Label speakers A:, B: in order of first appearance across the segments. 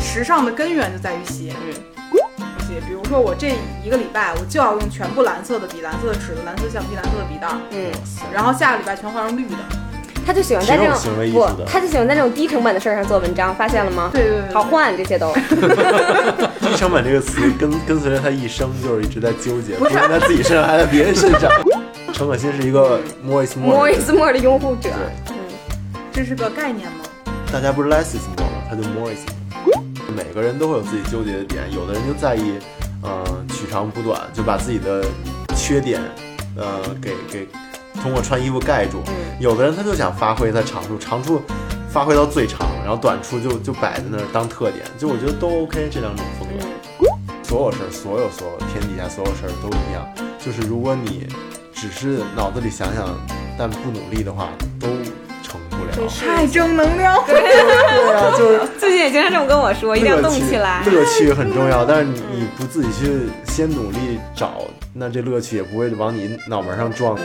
A: 时尚的根源就在于鞋。东西，比如说我这一个礼拜我就要用全部蓝色的笔、蓝色的尺子、蓝色橡皮、蓝色的笔袋儿，
B: 嗯，
A: 然后下个礼拜全换成绿的。
B: 他就喜欢在这种
C: 挺有行为艺术
B: 不
C: 的，
B: 他就喜欢在这种低成本的事儿上做文章，发现了吗？
A: 对对对对
B: 好换这些都。
C: 低成本这个词跟跟随着他一生，就是一直在纠结，不是在自己身上，还在别人身上。 陈可辛是一个 Moist
B: m
C: More，
B: i s More 的拥护者，
A: 这是个概念吗？
C: 大家不是 Less is More 吗？他就 More is More。每个人都会有自己纠结的点，有的人就在意，呃，取长补短，就把自己的缺点，呃，给给通过穿衣服盖住。有的人他就想发挥他长处，长处发挥到最长，然后短处就就摆在那儿当特点。就我觉得都 OK 这两种风格。所有事儿，所有所有天底下所有事儿都一样，就是如果你只是脑子里想想，但不努力的话，都成不了。
A: 太正能量了。
C: 对啊，就是
B: 最近也经常这么跟我说，一定要
C: 乐
B: 动
C: 趣
B: 起来。
C: 乐趣很重要，但是你你不自己去先努力找，那这乐趣也不会往你脑门上撞。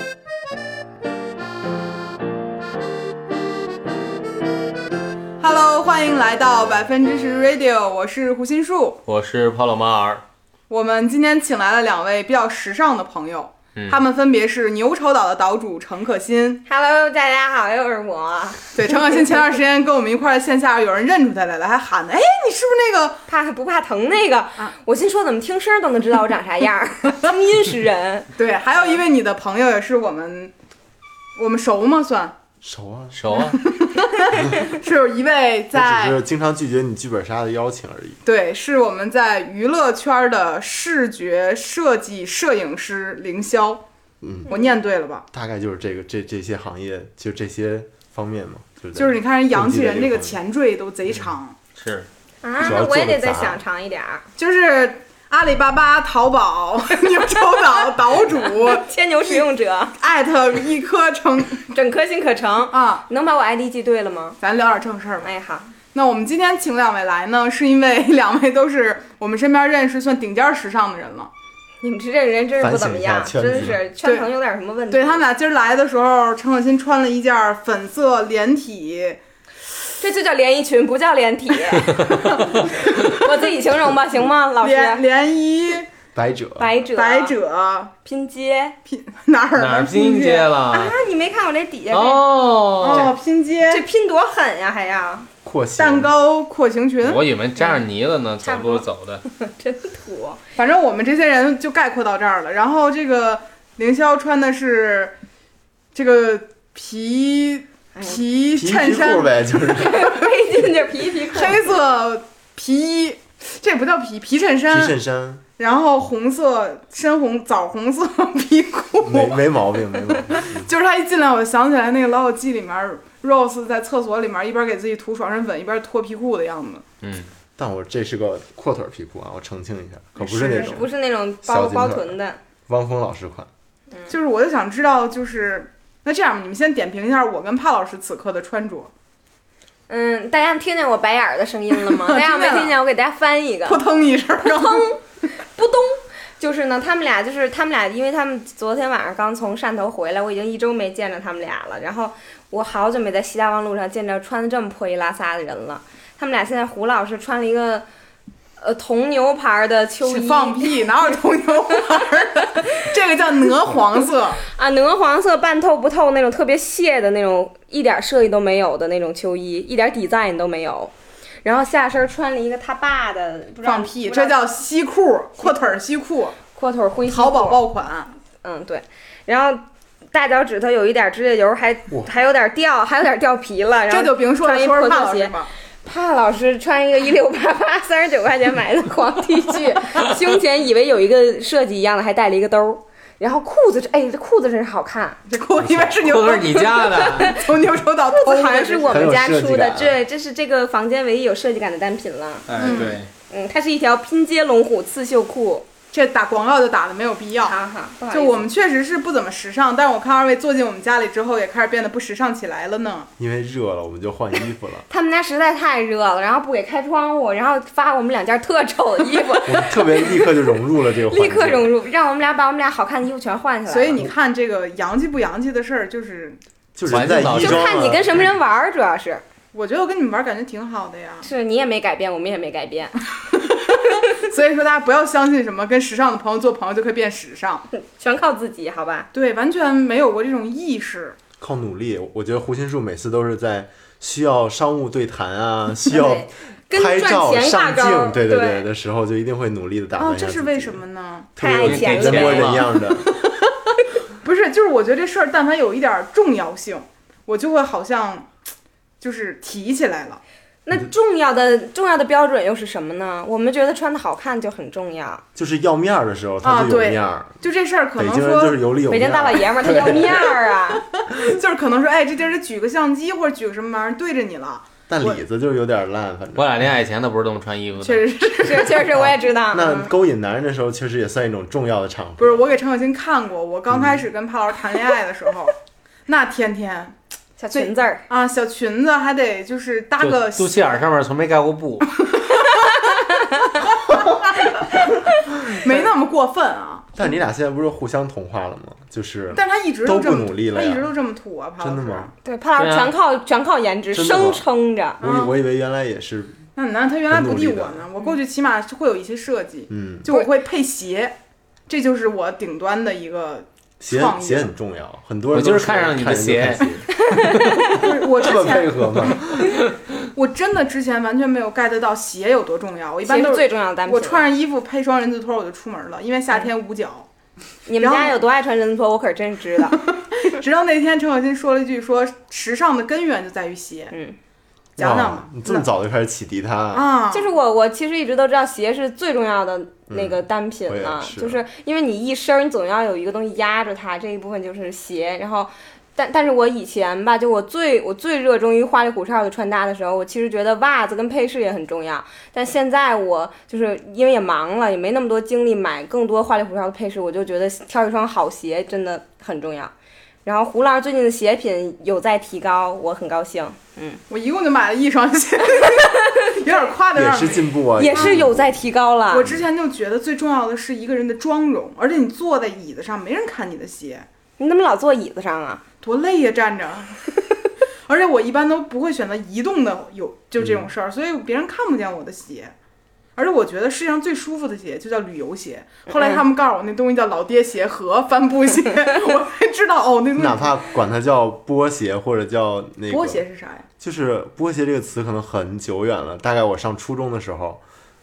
A: Hello，欢迎来到百分之十 Radio，我是胡心树。
D: 我是帕洛马尔，
A: 我们今天请来了两位比较时尚的朋友，他们分别是牛潮岛的岛主陈可辛。
B: Hello，大家好，又是我，
A: 对，陈可辛前段时间跟我们一块儿线下有人认出他来了，还喊呢，哎，你是不是那个？
B: 怕不怕疼那个？我心说怎么听声儿都能知道我长啥样儿，听音识人。
A: 对，还有一位你的朋友也是我们，我们熟吗？算
C: 熟啊，
D: 熟 啊，
A: 是一位
C: 我只
A: 在
C: 是经常拒绝你剧本杀的邀请而已。
A: 对，是我们在娱乐圈的视觉设计摄影师凌霄。
C: 嗯，
A: 我念对了吧？
C: 大概就是这个这这些行业就这些方面嘛，就是
A: 就是你看人洋气人这
C: 这
A: 个
C: 钱。
A: 前缀都贼长，
D: 是
B: 啊
C: 主要，
B: 我也得
C: 做
B: 再
C: 得杂
B: 想长一点
C: 嗯
B: 儿。
A: 就是阿里巴巴、淘宝、 牛头岛岛 主
B: 牵牛使用者，
A: 艾特一颗成
B: 整颗心可成。
A: 啊。
B: 能把我 ID 记对了吗？
A: 咱聊点正事儿吧。
B: 哎，好，
A: 那我们今天请两位来呢，是因为两位都是我们身边认识算顶尖儿时尚的人了。
B: 你们这人真是不怎么样，
C: 反省一下圈
B: 真
C: 子
B: 是圈层有点什么问题。
A: 对他们俩今儿来的时候，陈可辛穿了一件粉色连体，
B: 这就叫连衣裙，不叫连 体。我自己形容吧，行吗，老师？
A: 连连衣
C: 白者，
B: 百褶，
A: 百褶
B: 拼接
A: 拼哪儿
D: 哪
A: 呢
D: 儿拼接？
B: 啊
D: 了？！
B: 你没看我这底下这
D: 哦，
A: 哦，拼
B: 这
A: 接
B: 拼多狠呀，还要
C: 廓形
A: 蛋糕廓形裙。
D: 我以为扎着泥了呢，
B: 差
D: 走
B: 不多
D: 路走的。
B: 真土。
A: 反正我们这些人就概括到这儿了。然后这个凌霄穿的是这个皮
B: 哎呦
A: 皮
C: 皮
A: 衬
C: 皮裤
A: 衫，
C: 呗，就是皮
B: 费劲这皮皮裤，
A: 黑色皮衣，这不叫皮皮衬衫，
C: 衬衫，
A: 然后红色深红枣红色 皮裤，
C: 没没毛病，没毛病。
A: 就是他一进来，我就想起来那个《老友记》里面 Rose 在厕所里面一边给自己涂爽身粉，一边脱皮裤的样子。
D: 嗯，
C: 但我这是个阔腿皮裤啊，我澄清一下，可不是
A: 是
C: 那种
B: 不是那种
C: 小
B: 包
C: 金
B: 包
C: 腿儿
B: 臀的。
C: 汪峰老师款。
B: 嗯
A: 就是我就想知道，就是那这样吧，你们先点评一下我跟帕老师此刻的穿着，
B: 嗯，大家听见我白眼儿的声音了 吗？大家有没
A: 听见
B: 有
A: 了
B: 听见？我给大家翻译一个。
A: 扑腾一声，然后
B: 不咚。就是呢，他们俩就是他们俩，因为他们昨天晚上刚从汕头回来，我已经一周没见着他们俩了。然后我好久没在西大望路上见着穿的这么破衣拉撒的人了。他们俩现在胡老师穿了一个呃铜牛牌儿的秋衣，
A: 放屁，哪有铜牛黄的？这个叫鹅黄色，
B: 啊，鹅黄色半透不透那种特别卸的那种，一点设计都没有的那种秋衣，一点 design 都没有。然后下身穿了一个他爸的，不知道
A: 放屁，
B: 不知道
A: 这叫西裤，阔腿儿西裤，
B: 阔腿儿灰西
A: 淘宝
B: 裤
A: 爆款。
B: 嗯，对。然后大脚趾头有一点指甲油，还
C: 哇
B: 还有点掉，还有点掉皮了。然
A: 这
B: 后
A: 就甭说了，
B: 穿一
A: 说说
B: 破旧
A: 帕老师
B: 鞋
A: 吧。
B: 帕老师穿一个一六八八三十九块 钱买的黄 T 恤，胸前以为有一个设计一样的，还带了一个兜儿。然后裤子，哎，这裤子真是好看，
A: 这裤因为是牛
D: 裤子是你家的，
A: 从牛手岛偷
B: 裤子
A: 的，
B: 好像是我们家
C: 很有设计
B: 出的
C: 感，啊
B: 这这是这个房间唯一有设计感的单品了。
D: 哎，对，
B: 嗯，它是一条拼接龙虎刺绣裤，
A: 这打广告就打的没有必要。
B: 哈哈，不好意思。
A: 就我们确实是不怎么时尚，但是我看二位坐进我们家里之后，也开始变得不时尚起来了呢。
C: 因为热了，我们就换衣服了
B: 他们家实在太热了，然后不给开窗户，然后发我们两件特丑的衣服，
C: 我们特别立刻就融入了这个环
B: 立
C: 境，
B: 刻融入，让我们俩把我们俩好看的衣服全换下来了。
A: 所以你看这个洋气不洋气的事儿，就是
C: 就人在
D: 环
C: 衣
D: 境
B: 就
D: 导
C: 装
D: 致
C: 啊，
B: 看你跟什么人玩儿，主要是
A: 我觉得我跟你们玩儿感觉挺好的 呀，
B: 是你也没改变，我们也没改变。
A: 所以说大家不要相信什么跟时尚的朋友做朋友就可以变时尚，
B: 全靠自己，好吧？
A: 对，完全没有过这种意识。
C: 靠努力。我觉得胡心树每次都是在需要商务对谈啊，需 要
B: 对跟
C: 拍
B: 赚
C: 照
B: 钱挂
C: 上
B: 钩儿
C: 镜，对
B: 对
C: 对的时候，就一定会努力的打扮
A: 哦
C: 一，下
A: 这是
C: 自
A: 为
C: 己
A: 什？么呢？
C: 特
B: 太
C: 别
B: 爱钱
C: 有人模人 样的，
A: 不是，就是我觉得这事儿，但凡有一点儿重要性，我就会好像就是提起来了。
B: 那
C: 嗯
B: 重要的重要的标准又是什么呢？我们觉得穿的好看就很重要。
C: 就是要面儿的时候
A: 啊
B: 哦
C: 他就有
A: 对
C: 面儿。
A: 就这事儿，可
C: 北
A: 能
C: 京人就
A: 说
C: 是有里有
B: 北京
C: 面
B: 大老
C: 儿。
B: 爷们儿他要面儿 啊，
A: 就是可能说，哎，这地儿举个相机或者举个什么玩意儿对着你了，
C: 但里子就是有点烂，反正。
D: 我俩恋爱前都不是这么穿衣服的，
A: 确实是。
B: 是确实我也知道。嗯
C: 那勾引男人的时候，确实也算一种重要的场合。
A: 嗯不是，我给陈可辛看过，我刚开始跟帕老师谈恋爱的时候，
C: 嗯
A: 那天天
B: 小裙子儿，
A: 啊，小裙子还得就是搭
D: 就
A: 个
D: 肚脐眼儿上面从没盖过布，
A: 没那么过分啊。
C: 但你俩现在不是互相同化了吗？就是
A: 但是他一直
C: 嗯都
A: 这
C: 不
A: 么，
C: 努力
A: 他
C: 了
A: 一直
C: 呀。
A: 都这么土啊，帕老
C: 真
A: 师。
C: 的吗？
B: 对，帕老
D: 对
B: 师
D: 啊
B: 全靠全靠颜值
C: 真的吗
B: 生撑着。
C: 我以
A: 啊
C: 我以为原来也是，
A: 那那他原来不
C: 很努
A: 敌
C: 力
A: 我
C: 的
A: 呢，我过去起码是会有一些设计，
C: 嗯，
A: 就我会配鞋，这就是我顶端的一 个。
C: 鞋
A: 创意
C: 鞋很重要，很多人
D: 我就
C: 都
D: 是看上你的鞋
C: 看人就 看
A: 就是我之
C: 这么
A: 前
C: 配合吗？
A: 我真的之前完全没有 get 到鞋有多重要，我一般
B: 鞋
A: 都
B: 是
A: 是
B: 最重要的单品。
A: 我穿上衣服配双人字拖我就出门了，因为夏天捂脚。
B: 你们家有多爱穿人字拖，我可真知道。
A: 直到那天陈可辛说了一句说时尚的根源就在于鞋，
B: 嗯，
A: 讲讲
C: 哇
A: 吧
C: 你这么早就开始启迪他啊，嗯
A: 啊，
B: 就是我，我其实一直都知道鞋是最重要的那个单品
C: 我也
B: 了，
C: 是啊
B: 就是因为你一身儿你总要有一个东西压着它，这一部分就是鞋。然后，但但是我以前吧，就我最我最热衷于花里胡哨的穿搭的时候，我其实觉得袜子跟配饰也很重要。但现在我就是因为也忙了，也没那么多精力买更多花里胡哨的配饰，我就觉得挑一双好鞋真的很重要。然后胡老师最近的鞋品有在提高，我很高兴，
A: 我一共就买了一双鞋， 有点夸的
C: 也
A: 让
C: 是
A: 人。
C: 进步啊，
B: 也是有在提高了。
A: 我之前就觉得最重要的是一个人的妆容，而且你坐在椅子上，没人看你的鞋，
B: 你怎么老坐椅子上啊？
A: 多累呀， 站着。而且我一般都不会选择移动的，有就
C: 嗯
A: 这种事儿，所以别人看不见我的鞋。而且我觉得世界上最舒服的鞋就叫旅游鞋。
B: 嗯
A: 后来他们告诉我那东西叫老爹鞋和帆布鞋， 我才知道哦，那东西
C: 哪怕管它叫波鞋或者叫那
A: 波
C: 个，
A: 鞋是啥呀？
C: 就是波鞋这个词可能很久远了，大概我上初中的时候，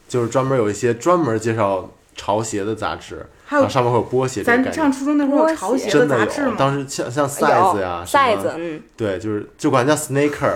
C: 就是专门有一些专门介绍潮鞋的杂志，
A: 还
C: 然
A: 有
C: 后上面会有波鞋这个概
A: 咱
C: 念
A: 上。初中那会儿有潮鞋
C: 真
A: 杂
C: 的
A: 志
C: 有，
A: 吗？
C: 当时像像 size
B: 有
C: 呀、什么
B: size，嗯，
C: 对，就是就管它叫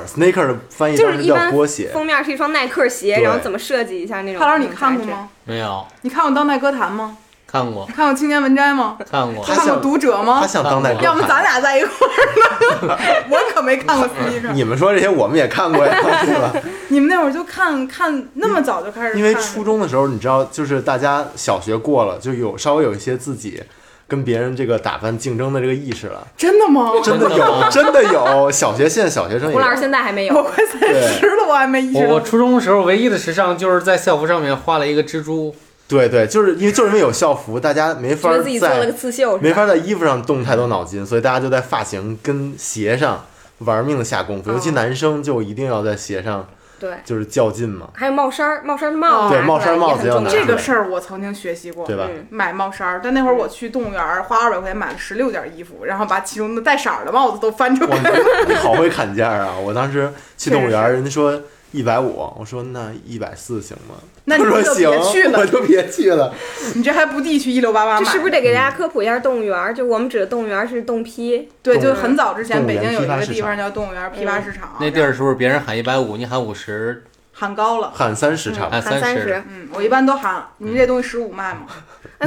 C: sneaker，sneaker 的翻译
B: 就
C: 当
B: 是
C: 时
B: 一
C: 叫
B: 般
C: 波鞋，
B: 封面是一双耐克鞋，
C: 对
B: 然后怎么设计一下那种。
A: 潘老师，你
B: 那种
A: 看过
B: 杂志？
A: 吗？
D: 没有
A: 你看过《当代歌坛》吗？
D: 看过
A: 你看过《青年文摘》吗？
D: 看 过
C: 他，
A: 看过《
C: 像
A: 读者》
C: 他
A: 吗？
C: 像当代
D: 他
A: 哦要
C: 歌
A: 么咱
C: 坛。
A: 俩在一块 儿呢，我可没看过 sneaker。
C: 你们说这些我们也看 过呀，对吧？
A: 你们那会儿就看看那么早就开始看，
C: 因为初中的时候，你知道，就是大家小学过了，就有稍微有一些自己跟别人这个打扮竞争的这个意识了，
A: 真的吗？
C: 真的
D: 真的
C: 有，
D: 吗
C: 真的有。小学现在小学生也
B: 胡老
C: 有
B: 师现在还没
A: 我
B: 有。
A: 快三十了，我还没意识
D: 我我
A: 到。
D: 初中的时候唯一的时尚就是在校服上面画了一个蜘蛛，
C: 对对，就是因为就是因为有校服，大家没法
B: 觉得自己做了个
C: 在
B: 刺绣，
C: 没法在衣服上动太多脑筋，所以大家就在发型跟鞋上玩命的下功夫，尤其
A: 哦
C: 男生就一定要在鞋上
B: 对，
C: 就是较劲嘛。
B: 还有帽衫儿，帽衫儿帽
A: 对
B: 子拿出来
C: 帽衫儿帽子
B: 也很
C: 要
B: 重
C: 拿
A: 这
C: 出
A: 个
C: 来
A: 事儿我曾经学习过，
C: 对吧
B: 嗯
A: 买帽衫儿，但那会儿我去动物园儿花二百块钱买了十六件衣服，然后把其中的带色儿的帽子都翻出
C: 哇，
A: 来。
C: 你 好会砍价啊！我当时去动
A: 确
C: 物
A: 实
C: 园，人家说一百五，我说那一百四行吗？
A: 那你
C: 他说
A: 就
C: 行，
A: 别去了
C: 我就别去了。
A: 你这还不地去一六八八
B: 这
A: 买？
B: 是不是得给大家科普一下动物园儿？就我们指的动物园儿是动批，
A: 对，
C: 动物
A: 就
C: 园
A: 很早之前，
C: 动物
A: 北
C: 园
A: 京有一
C: 批发
A: 个
C: 市
A: 地方
C: 场
A: 叫动物园批发市
B: 啊
A: 场，
D: 嗯那地儿是不是别人喊一百五，你喊五十，
A: 喊高了。
C: 喊三十差不多，
D: 喊
B: 喊三
D: 十，
B: 十。
A: 嗯，我一般都喊您这东西十五卖吗？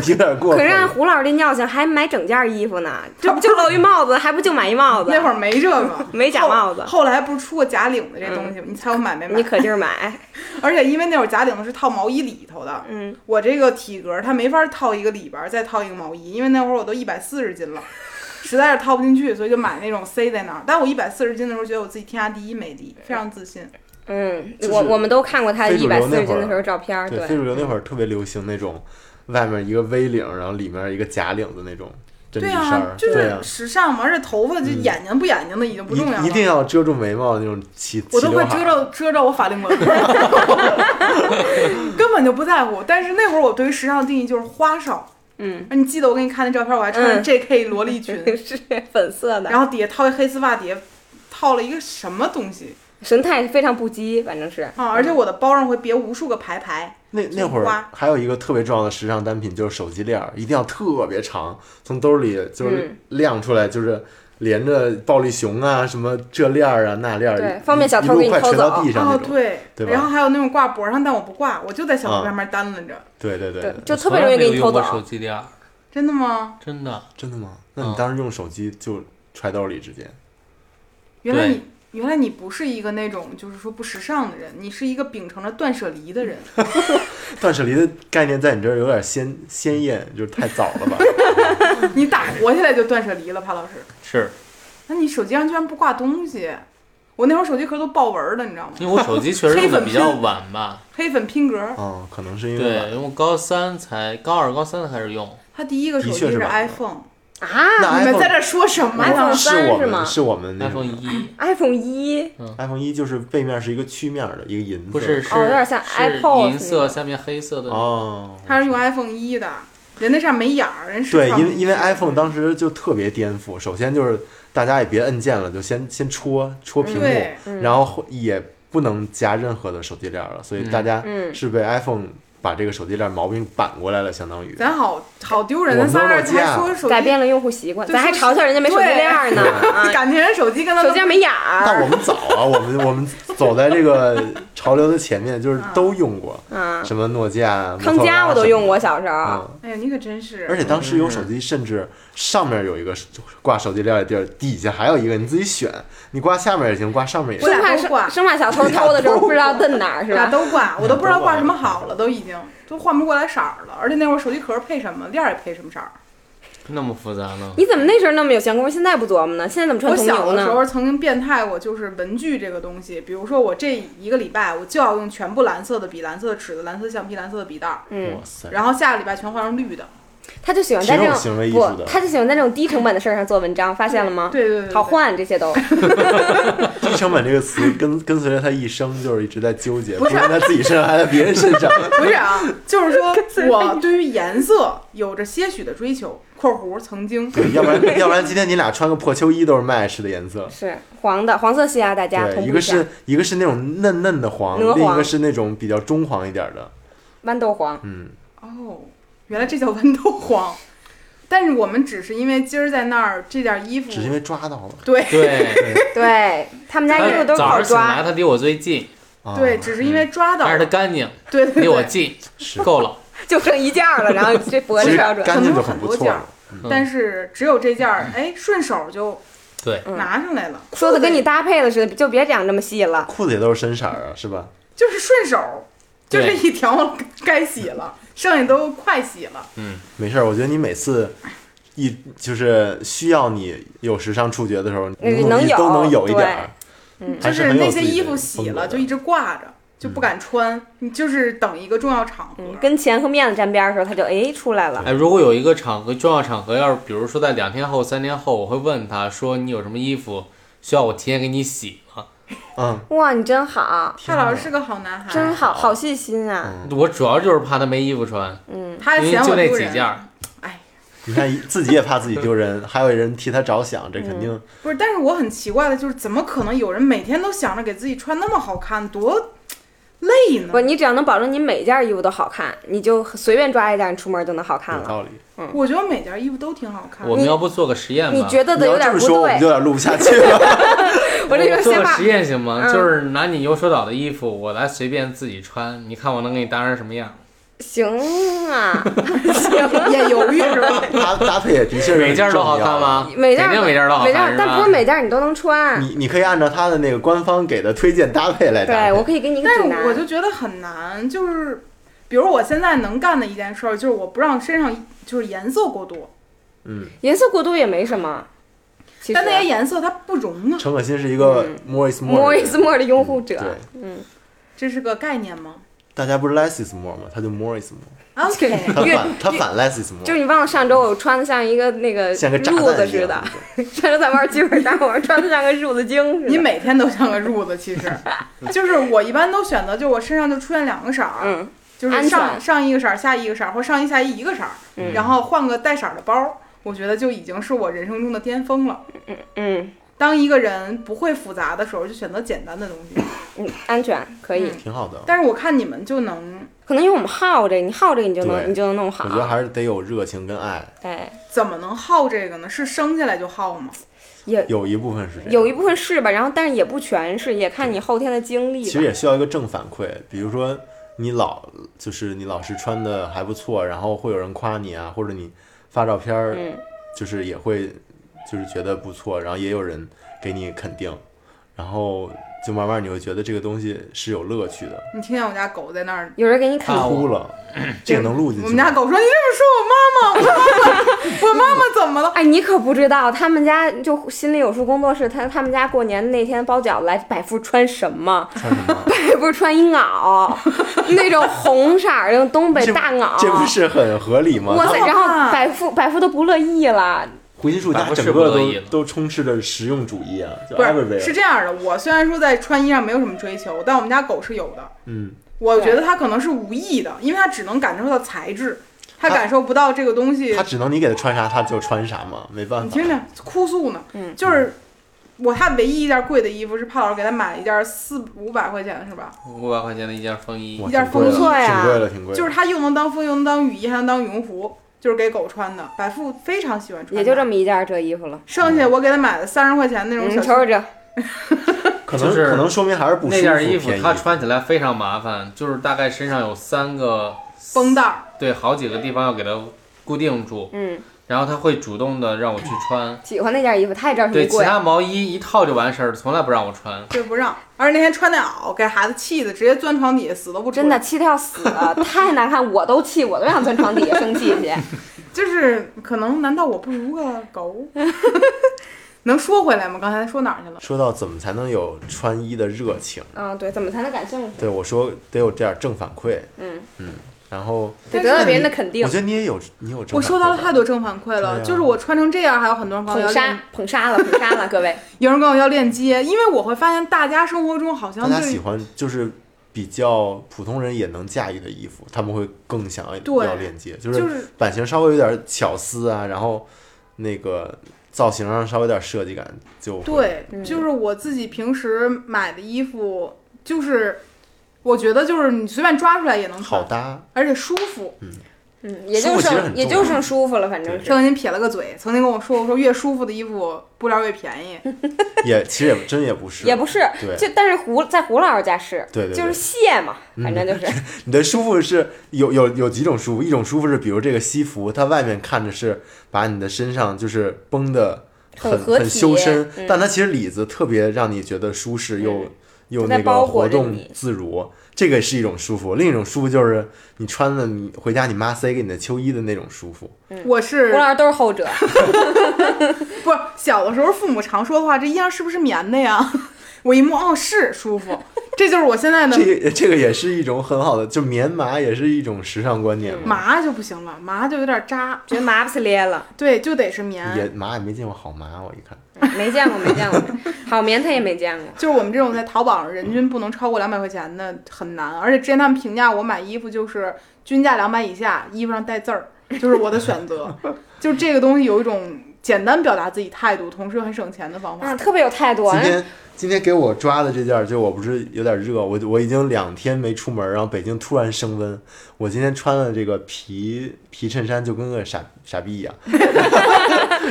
C: 你有点过
B: 可
C: 分
B: 是按
C: 了。
B: 胡老师这尿性，还买整件衣服呢，这不就露一帽子，还不就买一
D: 嗯
B: 帽子？，
A: 那会儿没这个
B: 没假帽子
A: 后后来不是出过假领子这东
D: 嗯
A: 西吗？你猜我买没
B: 你
A: 买？
B: 可劲儿买，
A: 而且因为那会儿假领子是套毛衣里头的，
B: 嗯，
A: 我这个体格它没法套一个里边儿再套一个毛衣，因为那会儿我都一百四十斤了， 实在是套不进去，所以就买那种塞在那儿。但我一百四十斤的时候，觉得我自己天下第一美丽，非常自信。
B: 嗯，
C: 就是
B: 我我们都看过他
C: 非主
B: 一
C: 流
B: 百
C: 那
B: 四十
C: 会
B: 斤
C: 儿
B: 的时候照片儿，
C: 对，非主流那会儿特别流行那种，外面一个 V 领，然后里面一个假领的那种，真
A: 对
C: 皮事
A: 啊
C: 儿，，
A: 就
C: 对啊
A: 是，时尚嘛，而且头发就
C: 嗯
A: 眼睛不眼睛的已经不重要了，
C: 一一定要遮住眉毛那种齐齐
A: 我都
C: 刘
A: 会
C: 海
A: 遮着遮着我法令纹， 根本就不在乎。但是那会儿我对于时尚的定义就是花哨。
B: 嗯，
A: 你记得我给你看那照片，我还穿着
B: 嗯
A: JK 萝莉 裙，
B: 是粉色的，
A: 然后底下套一黑丝袜，底下套了一个什么东西
B: 神态非常不羁，反正是
A: 啊？而且
B: 嗯
A: 我的包上会别无数个牌牌，
C: 那那会
A: 花
C: 儿还有一个特别重要的时尚单品，就是手机链儿，一定要特别长，从兜里
B: 嗯
C: 就是亮出来，就是连着暴力熊啊，什么这链儿啊那链儿，
B: 对
C: 一
B: 方便小偷
C: 一路
B: 给你
C: 快
B: 偷
C: 垂到
B: 走
C: 地上那
A: 哦
C: 种。
A: 对，
C: 对吧啊
A: 然后还有那种挂脖上，但我不挂，我就在小裤上面单拎着。
C: 对对对
B: 对
C: 对，
B: 就特别容易给你偷啊
D: 我从来没有用过
B: 走。
D: 手机链儿，
A: 真的吗？
D: 真的。
C: 真的吗？那
B: 嗯
C: 你当时用手机就揣兜里直接？
A: 原来你。原来你不是一个那种就是说不时尚的人，你是一个秉承着断舍离的 人。
C: 断舍离的概念在你这儿有点鲜鲜艳，就是太早了 吧？
A: 你打活下来就断舍离了，潘老师。
D: 是
A: 那你手机上居然不挂东西？我那会儿手机壳都豹纹儿的，你知道吗？
D: 因为我手机 确实用的比较晚吧，
A: 黑粉拼格。
C: 哦，可能是因
D: 对，
C: 为
D: 因为我高三才高二高三才开始用，
A: 他第一个手机
C: 的确是吧
A: iPhone。
B: 啊
C: 那
A: 你们
C: iPhone-
A: 在这说什么
B: ，iPhone
A: 呢？
B: 三
C: 是我
B: 是吗
C: 们是我们那
D: iPhone
C: 种
D: 一
B: ，iPhone 一
C: iPhone 一就是背面是一个曲面的一个银色，
D: 不是是
B: 哦有点像
D: 是
B: iPod
D: 银色下面黑色的，
C: 哦，
A: 他是用 iPhone 一的，人那上没眼儿，人
C: 对，
A: 是
C: 因为因为 iPhone 当时就特别颠覆，首先就是大家也别按键了，就先先戳戳屏幕，
A: 对
B: 嗯
C: 然后会也不能加任何的手机链了，所以大家
B: 嗯
C: 是被 iPhone 把这个手机链毛病扳过来了，相当于。
A: 咱好好丢人，
C: 我
A: 咱
C: 们
A: 仨
C: 都
A: 人
C: 是这
A: 还
C: 样
A: 说手
B: 改
A: 机，
B: 变了用户习惯，
A: 就
B: 咱还
A: 说
B: 嘲笑人家没手机
A: 对
B: 链儿呢，啊
A: 感情人手机跟他
B: 手机上没眼儿，
C: 但我们早啊，我们我们走在这个潮流的前面，就是都用过，
B: 嗯，
C: 什么诺基亚、啊
B: 康佳我都用过，小时
C: 摩托
B: 候
C: 罗拉什么的。嗯
A: 哎呀，你可真是，
C: 而且当时有手机，甚至上面有一个挂手机链的地儿，底下还有一个，你自己选，你挂下面也行，挂上面也行
A: 我。
B: 生
A: 俩
B: 怕
A: 都挂
B: 生生怕小偷偷的时候不知道瞪哪儿是
A: 俩
B: 吧？
A: 都挂，我都不知道
C: 都挂
A: 挂什么好了，都已经都换不过来色儿了。而且那会儿手机壳配什么，链儿也配什么色儿。
D: 那么复杂呢？
B: 你怎么那时候那么有闲工夫，现在不琢磨呢？现在怎么穿
A: 我
B: 铜
A: 小
B: 牛
A: 的时
B: 呢？
A: 候曾经变态过，就是文具这个东西，比如说我这一个礼拜我就要用全部蓝色的笔、蓝色的尺子、蓝色橡皮、蓝色的笔袋儿，
B: 嗯，
C: 塞
A: 然后下个礼拜全换成绿的。
B: 他就喜欢在这
C: 挺有
B: 种
C: 行为艺术
B: 不，
C: 的。
B: 他就喜欢在这种低成本的事儿上做文章，发现了吗？
A: 对对对对对
B: 好换这些都，
C: 低成本这个词跟 跟随着他一生，就是一直在纠结，不是在自己身上，还在别人身上。
A: 不是 啊，就是说我对于颜色有着些许的追求（括弧曾经
C: 对，要不然要不然今天你俩穿个破秋衣都是 match 的颜色。
B: 是黄的黄色系啊，大家
C: 对，
B: 同
C: 一
B: 步
C: 个
B: 下
C: 是，一个是那种嫩嫩的黄，
B: 鹅黄
C: 另一个是那种比较中黄一点的。
B: 豌豆黄，
C: 嗯，）。
A: 哦，原来这叫豌豆黄。但是我们只是因为今儿在那儿这件衣服
C: 只，是因为抓到了。
A: 对
D: 对，
B: 对他们家衣服
D: 他
B: 都是
D: 哎早
B: 好
D: 上醒来
B: 抓，
D: 他离我最近，
C: 啊、
A: 对，，只是因为抓到
D: 但是他干净，
A: 对对
D: 离我
A: 对。
D: 近，
C: 是
D: 够了。
B: 就剩一件儿了，然后这脖
C: 其
B: 子
C: 实
B: 标准，
C: 干净就很不错了。
D: 嗯
A: 但是只有这件儿，哎，顺手就
D: 对
B: 嗯
A: 拿上来了。
B: 说的跟你搭配了似的，就别讲这么细了。
C: 裤子也都是深色儿啊，是吧？
A: 就是顺手，就
D: 对
A: 这一条该洗了，剩下都快洗了。
D: 嗯，
C: 没事儿，我觉得你每次一就是需要你有时尚触觉的时候，
B: 嗯
C: 你
B: 能
C: 你
B: 有
C: 都能有一点儿。
B: 嗯
A: 就
C: 还
A: 是
C: 很有
A: 那
C: 自
A: 些
C: 己的
A: 衣服洗
C: 风格
A: 了
C: 的
A: 就一直挂着，就不敢穿，你就是等一个重要场合。
B: 嗯，跟钱和面子沾边儿的时候，他就哎出来了。
D: 哎，如果有一个场合重要场合，要是比如说在两天后、三天后，我会问他说你有什么衣服需要我提前给你洗吗？
C: 嗯，
B: 哇，你真好，
A: 蔡老师是个好男孩，
B: 真好，好细心啊。
D: 我主要就是怕他没衣服穿，
B: 嗯，
A: 他还
D: 因为
A: 嫌
D: 就
A: 我
D: 那
A: 丢
D: 几件
A: 人。
D: 儿。
B: 啊
A: 哎，
C: 你看自己也怕自己丢人，还有人替他着想，这肯定。
A: 不是，但是我很奇怪的就是，怎么可能有人每天都想着给自己穿那么好看，多累呢
B: 不，？你只要能保证你每件衣服都好看，你就随便抓一件，你出门就能好看
C: 有
B: 了。
C: 道理。
B: 嗯
A: 我觉得每件衣服都挺好看
D: 我。们要不做个实验吧？
B: 你觉得
C: 你
B: 的有
C: 要这
B: 点
C: 么
B: 不
C: 说，我们
B: 对
C: 就，有点录不下 去了。
B: 我这个
D: 做
B: 先
D: 个
B: 把
D: 实验行吗？
B: 嗯
D: 就是拿你右手岛的衣服，我来随便自己穿，你看我能给你搭成什么样？
B: 行啊，行。
A: 也犹豫是吧？
C: 搭搭配也的确是
D: 每件儿
C: 很
D: 都
C: 重
D: 好
C: 要
D: 看？吗？
B: 每件
D: 肯
B: 儿
D: 定每件儿都好
B: 每
D: 看，
B: 件儿，
D: 是吧
B: 但不是每件儿你都能穿。
C: 你你可以按照他的那个官方给的推荐搭配来搭配。
B: 对，我可以给你一个
A: 但
B: 指
A: 是我
B: 南。
A: 就觉得很难，就是比如我现在能干的一件事儿，就是我不让身上就是颜色过多，
C: 嗯，
B: 颜色过度也没什么，其实
A: 但那些颜色它不融啊，
C: 陈可辛是一个
B: 嗯
C: Morris Moore 的
B: Morris
C: 人
B: Moore 的拥护者，
C: 对，
A: 这是个概念吗？
C: 大家不是 less is more 吗？他就 more is more，
A: OK，
C: 他
B: 越
C: 反他反 less is
B: 就
C: more，
B: 是你忘了上周我穿的像一个那个
C: 嗯像个炸
B: 褥子
C: 弹一
B: 似
C: 样
B: 的，。 上周在玩剧本杀，我穿的像个褥子精似
A: 你
B: 的。
A: 每天都像个褥子，其实就是我一般都选择，就我身上就出现两个色儿，
B: 嗯，
A: 就
B: 安
A: 是
B: 全
A: 上上一个色儿，下一个色儿，或上一下一一个色儿，
B: 嗯
A: 然后换个带色儿的包，我觉得就已经是我人生中的巅峰了。
B: 嗯
A: 当一个人不会复杂的时候，就选择简单的东西。
B: 嗯，安全可以。
A: 嗯
C: 挺好的。
A: 但是我看你们就能
B: 可能因为我们耗这，你耗这，你就
C: 对
B: 能你就能弄
C: 我
B: 好。
C: 觉得还是得有热情跟爱，
B: 哎，
A: 怎么能耗这个呢？是生下来就耗吗？
B: 也
C: 有一部分是这样。
B: 有一部分是吧，然后但是也不全是，也看你后天的经历
C: 其
B: 吧
C: 实。也需要一个正反馈，比如说你老就是你老是穿的还不错，然后会有人夸你啊，或者你发照片儿，
B: 嗯
C: 就是也会就是觉得不错，然后也有人给你肯定，然后就慢慢你会觉得这个东西是有乐趣的。
A: 你听见我家狗在那儿，
B: 有人给你肯
D: 啊
C: 哭 了，这个能录进
A: 我
C: 去
A: 们家
C: 吗？
A: 狗说：“你这么说我妈妈，我妈妈，我妈妈怎么了？”
B: 哎，你可不知道，他们家就心里有数工作室，他他们家过年那天包饺子来，百富穿什么？
C: 穿什 么？
B: 百富穿一袄， 那种红色儿，那种东北
C: 这
B: 大袄。
C: 这不是很合理吗？
B: 哇塞！
A: 好
B: 然
A: 可
B: 后
A: 怕
B: 百富百富都不乐意了，
C: 回心术
D: 百
C: 大，
D: 合
C: 整
D: 是不
C: 个
D: 乐意
C: 都
D: 了
C: 都充斥着实用主义啊，就
A: 不
C: everywhere。
A: 是是这样的，我虽然说在穿衣上没有什么追求，但我们家狗是有的。
C: 嗯，
A: 我觉得它可能是无意的，因为它只能感受到材质，它
C: 它
A: 感受不到这个东西
C: 他。只能你给他穿啥，他就穿啥嘛，没办
A: 你
C: 法。
A: 听听，哭诉呢，
B: 嗯
A: 就是我他唯一一件贵的衣服是帕老师给他买了一件四五百块钱是吧？
D: 五百块钱的一件风衣
C: 哇，
A: 一件
C: 挺贵
A: 风
C: 了
B: 错呀
C: 挺贵了，挺贵了。
A: 就是它又能当风，又能当雨衣，还能当羽绒服，就是给狗穿的。百富非常喜欢穿，
B: 也就这。么一件儿这衣服了。
A: 剩下我给他买的三十块钱那种
B: 你
A: 小
B: 瞅
A: 秋
B: 瞅这，
C: 可能、
D: 就是
C: 可能说明还是不舒
D: 那
C: 服。
D: 件衣服
C: 便宜
D: 它穿起来非常麻烦，就是大概身上有三个
A: 绷带儿，
D: 对好几个地方要给它固定住，
B: 嗯，
D: 然后它会主动的让我去穿。
B: 喜欢那件嗯衣服，他也知道是
D: 对，
B: 你
D: 其
B: 贵。
D: 他毛衣一套就完事儿，从来不让我穿。
A: 就是不让。而且那天穿那袄，给孩子气的，直接钻床底下死都不出来
B: 真的气得要死了，太难看，我都气，我都想钻床底下生气 去。
A: 就是可能，难道我不如个狗？ 能说回来吗？刚才说哪儿去了？
C: 说到怎么才能有穿衣的热情，
B: 嗯，对，怎么才能感兴趣？
C: 对我说得有这点正反馈，
B: 嗯
C: 嗯，然后
B: 得
A: 但
B: 得到
A: 是
B: 别人的肯定
C: 我觉。得你也有你有正
A: 我收到了
C: 反馈吧
A: 太多正反馈了，
C: 对啊
A: 就是我穿成这样，还有很多人管我要
B: 捧
A: 练
B: 杀，捧杀了，捧杀了，各位。
A: 有人管我要链接，因为我会发现大家生活中好像
C: 大家喜
A: 对
C: 欢就是比较普通人也能驾驭的衣服，他们会更想要
A: 对
C: 要链接，就
A: 就是是
C: 版型稍微有点巧思啊，然后那个造型上稍微有点设计感就会
A: 对
B: 嗯，
A: 就是我自己平时买的衣服，就是我觉得就是你随便抓出来也能
C: 好
A: 穿，
C: 搭。
A: 而且舒服。
B: 嗯，也
C: 舒
B: 就
C: 服其实
B: 剩
C: 很
B: 也
C: 重
B: 就
C: 要
B: 剩舒服了，反正
C: 对
B: 是。
A: 郑鑫撇了个嘴，曾经跟我说过，说越舒服的衣服布料越便宜。
C: 也其实也真也不是，
B: 也不是，
C: 对
B: 就但是胡在胡老师家是，
C: 对对对嗯
B: 就是卸嘛，反正就是，
C: 你的舒服是有有有几种舒服，一种舒服是比如这个西服，它外面看着是把你的身上就是绷的很
B: 很合体
C: 很修身，
B: 嗯
C: 但它其实里子特别让你觉得舒适又、又
B: 就在
C: 那
B: 包
C: 个
B: 裹
C: 活
B: 着
C: 动
B: 你
C: 自如，这个是一种舒服。另一种舒服就是你穿了你回家你妈塞给你的秋衣的那种舒服，
A: 我是
B: 胡老师都是后者，
A: 不是小的时候父母常说的话，这衣裳是不是棉的呀？ 我一摸，哦，是舒服，这就是我现在的
C: 这个这个也是一种很好的，就棉麻也是一种时尚观念嘛。
A: 麻就不行了，麻就有点扎，
B: 觉得麻不呲咧了，
A: 对，就得是
C: 也
A: 棉。
C: 麻也没见过好麻，我一看
B: 嗯没见过，没见过，好棉他也没见过，
A: 就是我们这种在淘宝上人均不能超过两百块钱的很难，而且之前他们评价我买衣服就是均价两百以下，衣服上带字儿，就是我的选 择。就这个东西有一种简单表达自己态度，同时又很省钱的方法。
B: 啊，特别有态度，
C: 今
B: 然后
C: 天今天给我抓的这件儿，就我不是有点热，我我已经两天没出门儿，然后北京突然升温，我今天穿了这个皮皮衬衫，就跟个傻傻逼一样。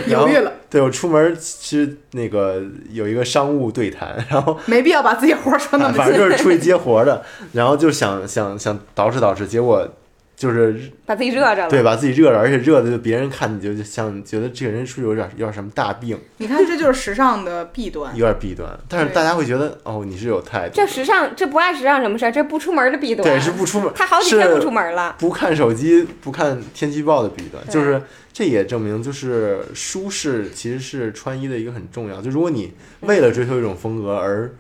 C: 然
A: 犹
C: 后
A: 豫了，
C: 对我出门儿去那个有一个商务对谈，然后
A: 没必要把自己活儿说 那
C: 反
A: 么
C: 啊反
A: 细。
C: 正就是出去接活儿的，然后就想想想捯饬捯饬，结果就是
B: 把自己热着了，
C: 对把自己热了，而且热的就别人看你就就像觉得这个人是不是有点有点什么大病，
A: 你看，这就是时尚的弊端。
C: 有点弊端，但是
A: 对
C: 大家会觉得哦你是有态度
B: 这
C: 的。
B: 时尚，这不爱时尚什么事儿？这不出门的弊端。
C: 对，是不出门，
B: 他好几
C: 是
B: 天不出门了。
C: 不看手机、不看天气预报的弊端，
B: 对
C: 就是这也证明，就是舒适其实是穿衣的一个很重要。就如果你为了追求一种风格而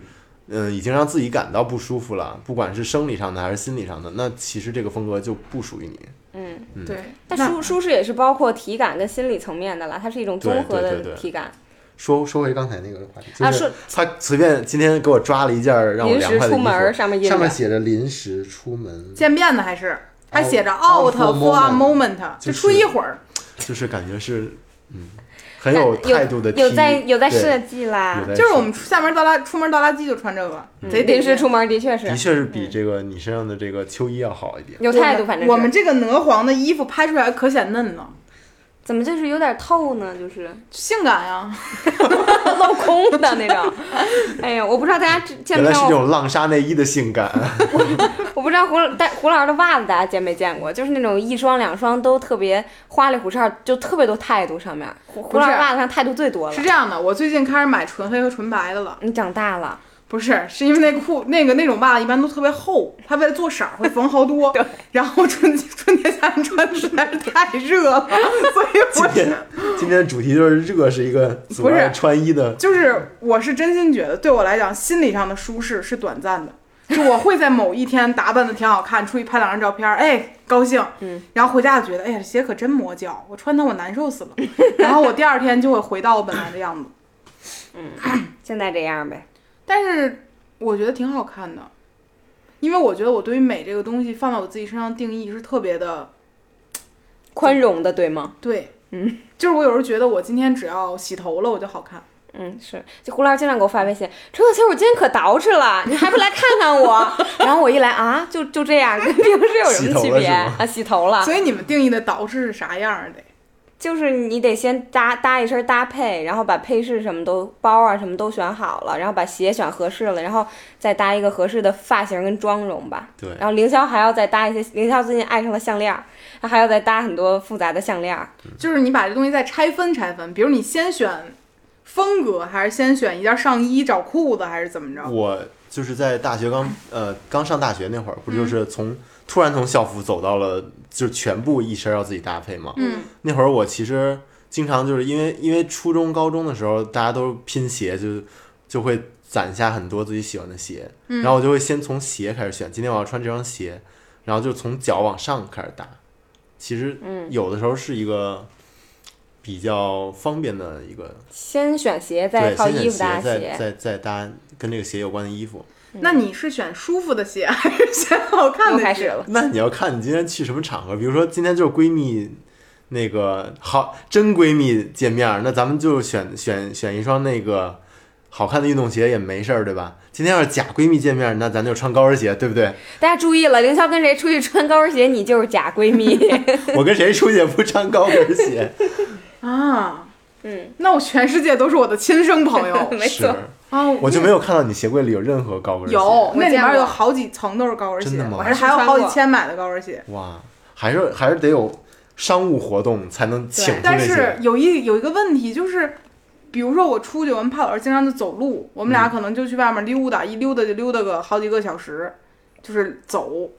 C: 嗯，已经让自己感到不舒服了，不管是生理上的还是心理上的，那其实这个风格就不属于你。
B: 嗯，
C: 嗯
A: 对，
B: 但
A: 那
B: 舒舒适也是包括体感跟心理层面的了，它是一种综合
C: 对对对
B: 的
C: 对
B: 体感
C: 说说回刚才那个话题，
B: 啊。
C: 就是
B: 说
C: 他随便今天给我抓了一件让我
B: 临
C: 凉
B: 时
C: 快的
B: 出
C: 衣
B: 门儿
C: 服，
B: 上面印
C: 上
B: 着
C: 面写着临时出门，
A: 渐变的还是还写着
C: Out-
A: out 哦 for
C: for
A: a
C: a
A: moment，
C: 就
A: 就是出一会儿。
C: 就是感觉是嗯很有
B: 有
C: 态度的 T，
B: 有在有在
C: 对
B: 设计啦
C: 有，在
A: 就是嗯
C: 设
A: 我们出下门倒垃出门倒垃圾就穿这个，贼得
B: 临时
A: 劲
B: 出门的确是
C: 的确是比这个你身上的这个秋衣要好一点。
B: 有态度，反正
A: 我
B: 是
A: 们这个鹅黄的衣服拍出来可显嫩了，
B: 怎么就是有点透呢？就是
A: 性感呀！
B: 镂空的那种。哎呀，我不知道大家知见
C: 原
B: 没
C: 来是这
B: 见过，
C: 种浪纱内衣的性感，啊
B: 我不知道胡但胡老师的袜子大家见没见过，就是那种一双两双都特别花里胡哨，就特别多态度上面。胡胡老师
A: 不是
B: 袜子上态度最多了
A: 是。这样的，我最近开始买纯黑和纯白的了，
B: 你长大了，
A: 不是，是因为那裤那个那种袜子一般都特别厚，它为了做色儿会缝好多
B: 对，
A: 然后春春节夏天穿实在是太热了，所以
C: 今
A: 我。
C: 天今天的主题就是热是一个阻
A: 不是
C: 碍穿衣的，
A: 就是我是真心觉得，对我来讲，心理上的舒适是短暂的。就我会在某一天打扮的挺好看，出去拍两张照片，哎，高兴，
B: 嗯，
A: 然后回家就觉得，哎呀，这鞋可真磨脚，我穿它我难受死了。然后我第二天就会回到我本来的样子，
B: 现在这样呗。
A: 但是我觉得挺好看的，因为我觉得我对于美这个东西放到我自己身上的定义是特别的
B: 宽容的，对吗？
A: 对，嗯，就是我有时候觉得我今天只要洗头了我就好看，
B: 嗯，是。就胡老师经常给我发微信，陈小青，我今天可捯饬了，你还不来看看我？ 然后我一来啊，就就这样，跟平时有什么区
C: 洗头了
B: 别
C: 是吗
B: 啊？洗头了。
A: 所以你们定义的捯饬是啥样儿的？
B: 就是你得先搭搭一身搭配，然后把配饰什么都包啊什么都选好了，然后把鞋选合适了，然后再搭一个合适的发型跟妆容吧。
C: 对
B: 然后凌霄还要再搭一些，凌霄最近爱上了项链儿，他还要再搭很多复杂的项链儿。
A: 就是你把这东西再拆分拆分，比如你先选风格，还是先选一件上衣找裤子，还是怎么着？
C: 我就是在大学刚呃刚上大学那会儿，不
B: 嗯
C: 就是从、突然从校服走到了就是全部一身要自己搭配嘛。
A: 嗯，
C: 那会儿我其实经常就是因为因为初中高中的时候大家都拼鞋就，就会攒下很多自己喜欢的鞋，
B: 嗯
C: 然后我就会先从鞋开始选，今天我要穿这双鞋，然后就从脚往上开始搭。其实
B: 嗯
C: 有的时候是一个比较方便的一个，
B: 先选鞋，再
C: 对，
B: 靠
C: 先
B: 衣
C: 选
B: 服搭
C: 鞋，
B: 鞋
C: 再。再再搭跟这个鞋有关的衣服。
A: 那你是选舒服的鞋， 还是选好看的
B: 又
A: 鞋？
B: 嗯开始了，
C: 那你要看你今天去什么场合，比如说今天就是闺蜜，那个好真闺蜜见面儿，那咱们就选选选一双那个好看的运动鞋也没事儿，对吧？今天要是假闺蜜见面儿，那咱就穿高跟鞋，对不对？
B: 大家注意了，凌霄跟谁出去穿高跟鞋，你就是假 闺蜜。
C: 我跟谁出去也不穿高跟鞋，
A: 啊，
B: 嗯，
A: 那我全世界都是我的亲生朋 友
B: 没
C: 是
B: 错，，
A: 啊！
C: 我就没有看到你鞋柜里有任何高跟鞋。
A: 有那里
B: 见
A: 面
B: 过
A: 有好几层都是高跟鞋
C: 真的，吗
A: 我还还有
B: 穿
A: 好几
B: 过
A: 千买的高跟鞋。
C: 哇，还是还是得有商务活动才能请出
A: 但
C: 那些
A: 是。有一有一个问题就是。比如说我出去，我们怕老师经常就走路，我们
C: 嗯
A: 俩可能就去外面溜达，一溜达就溜达个好几个小时，就是走。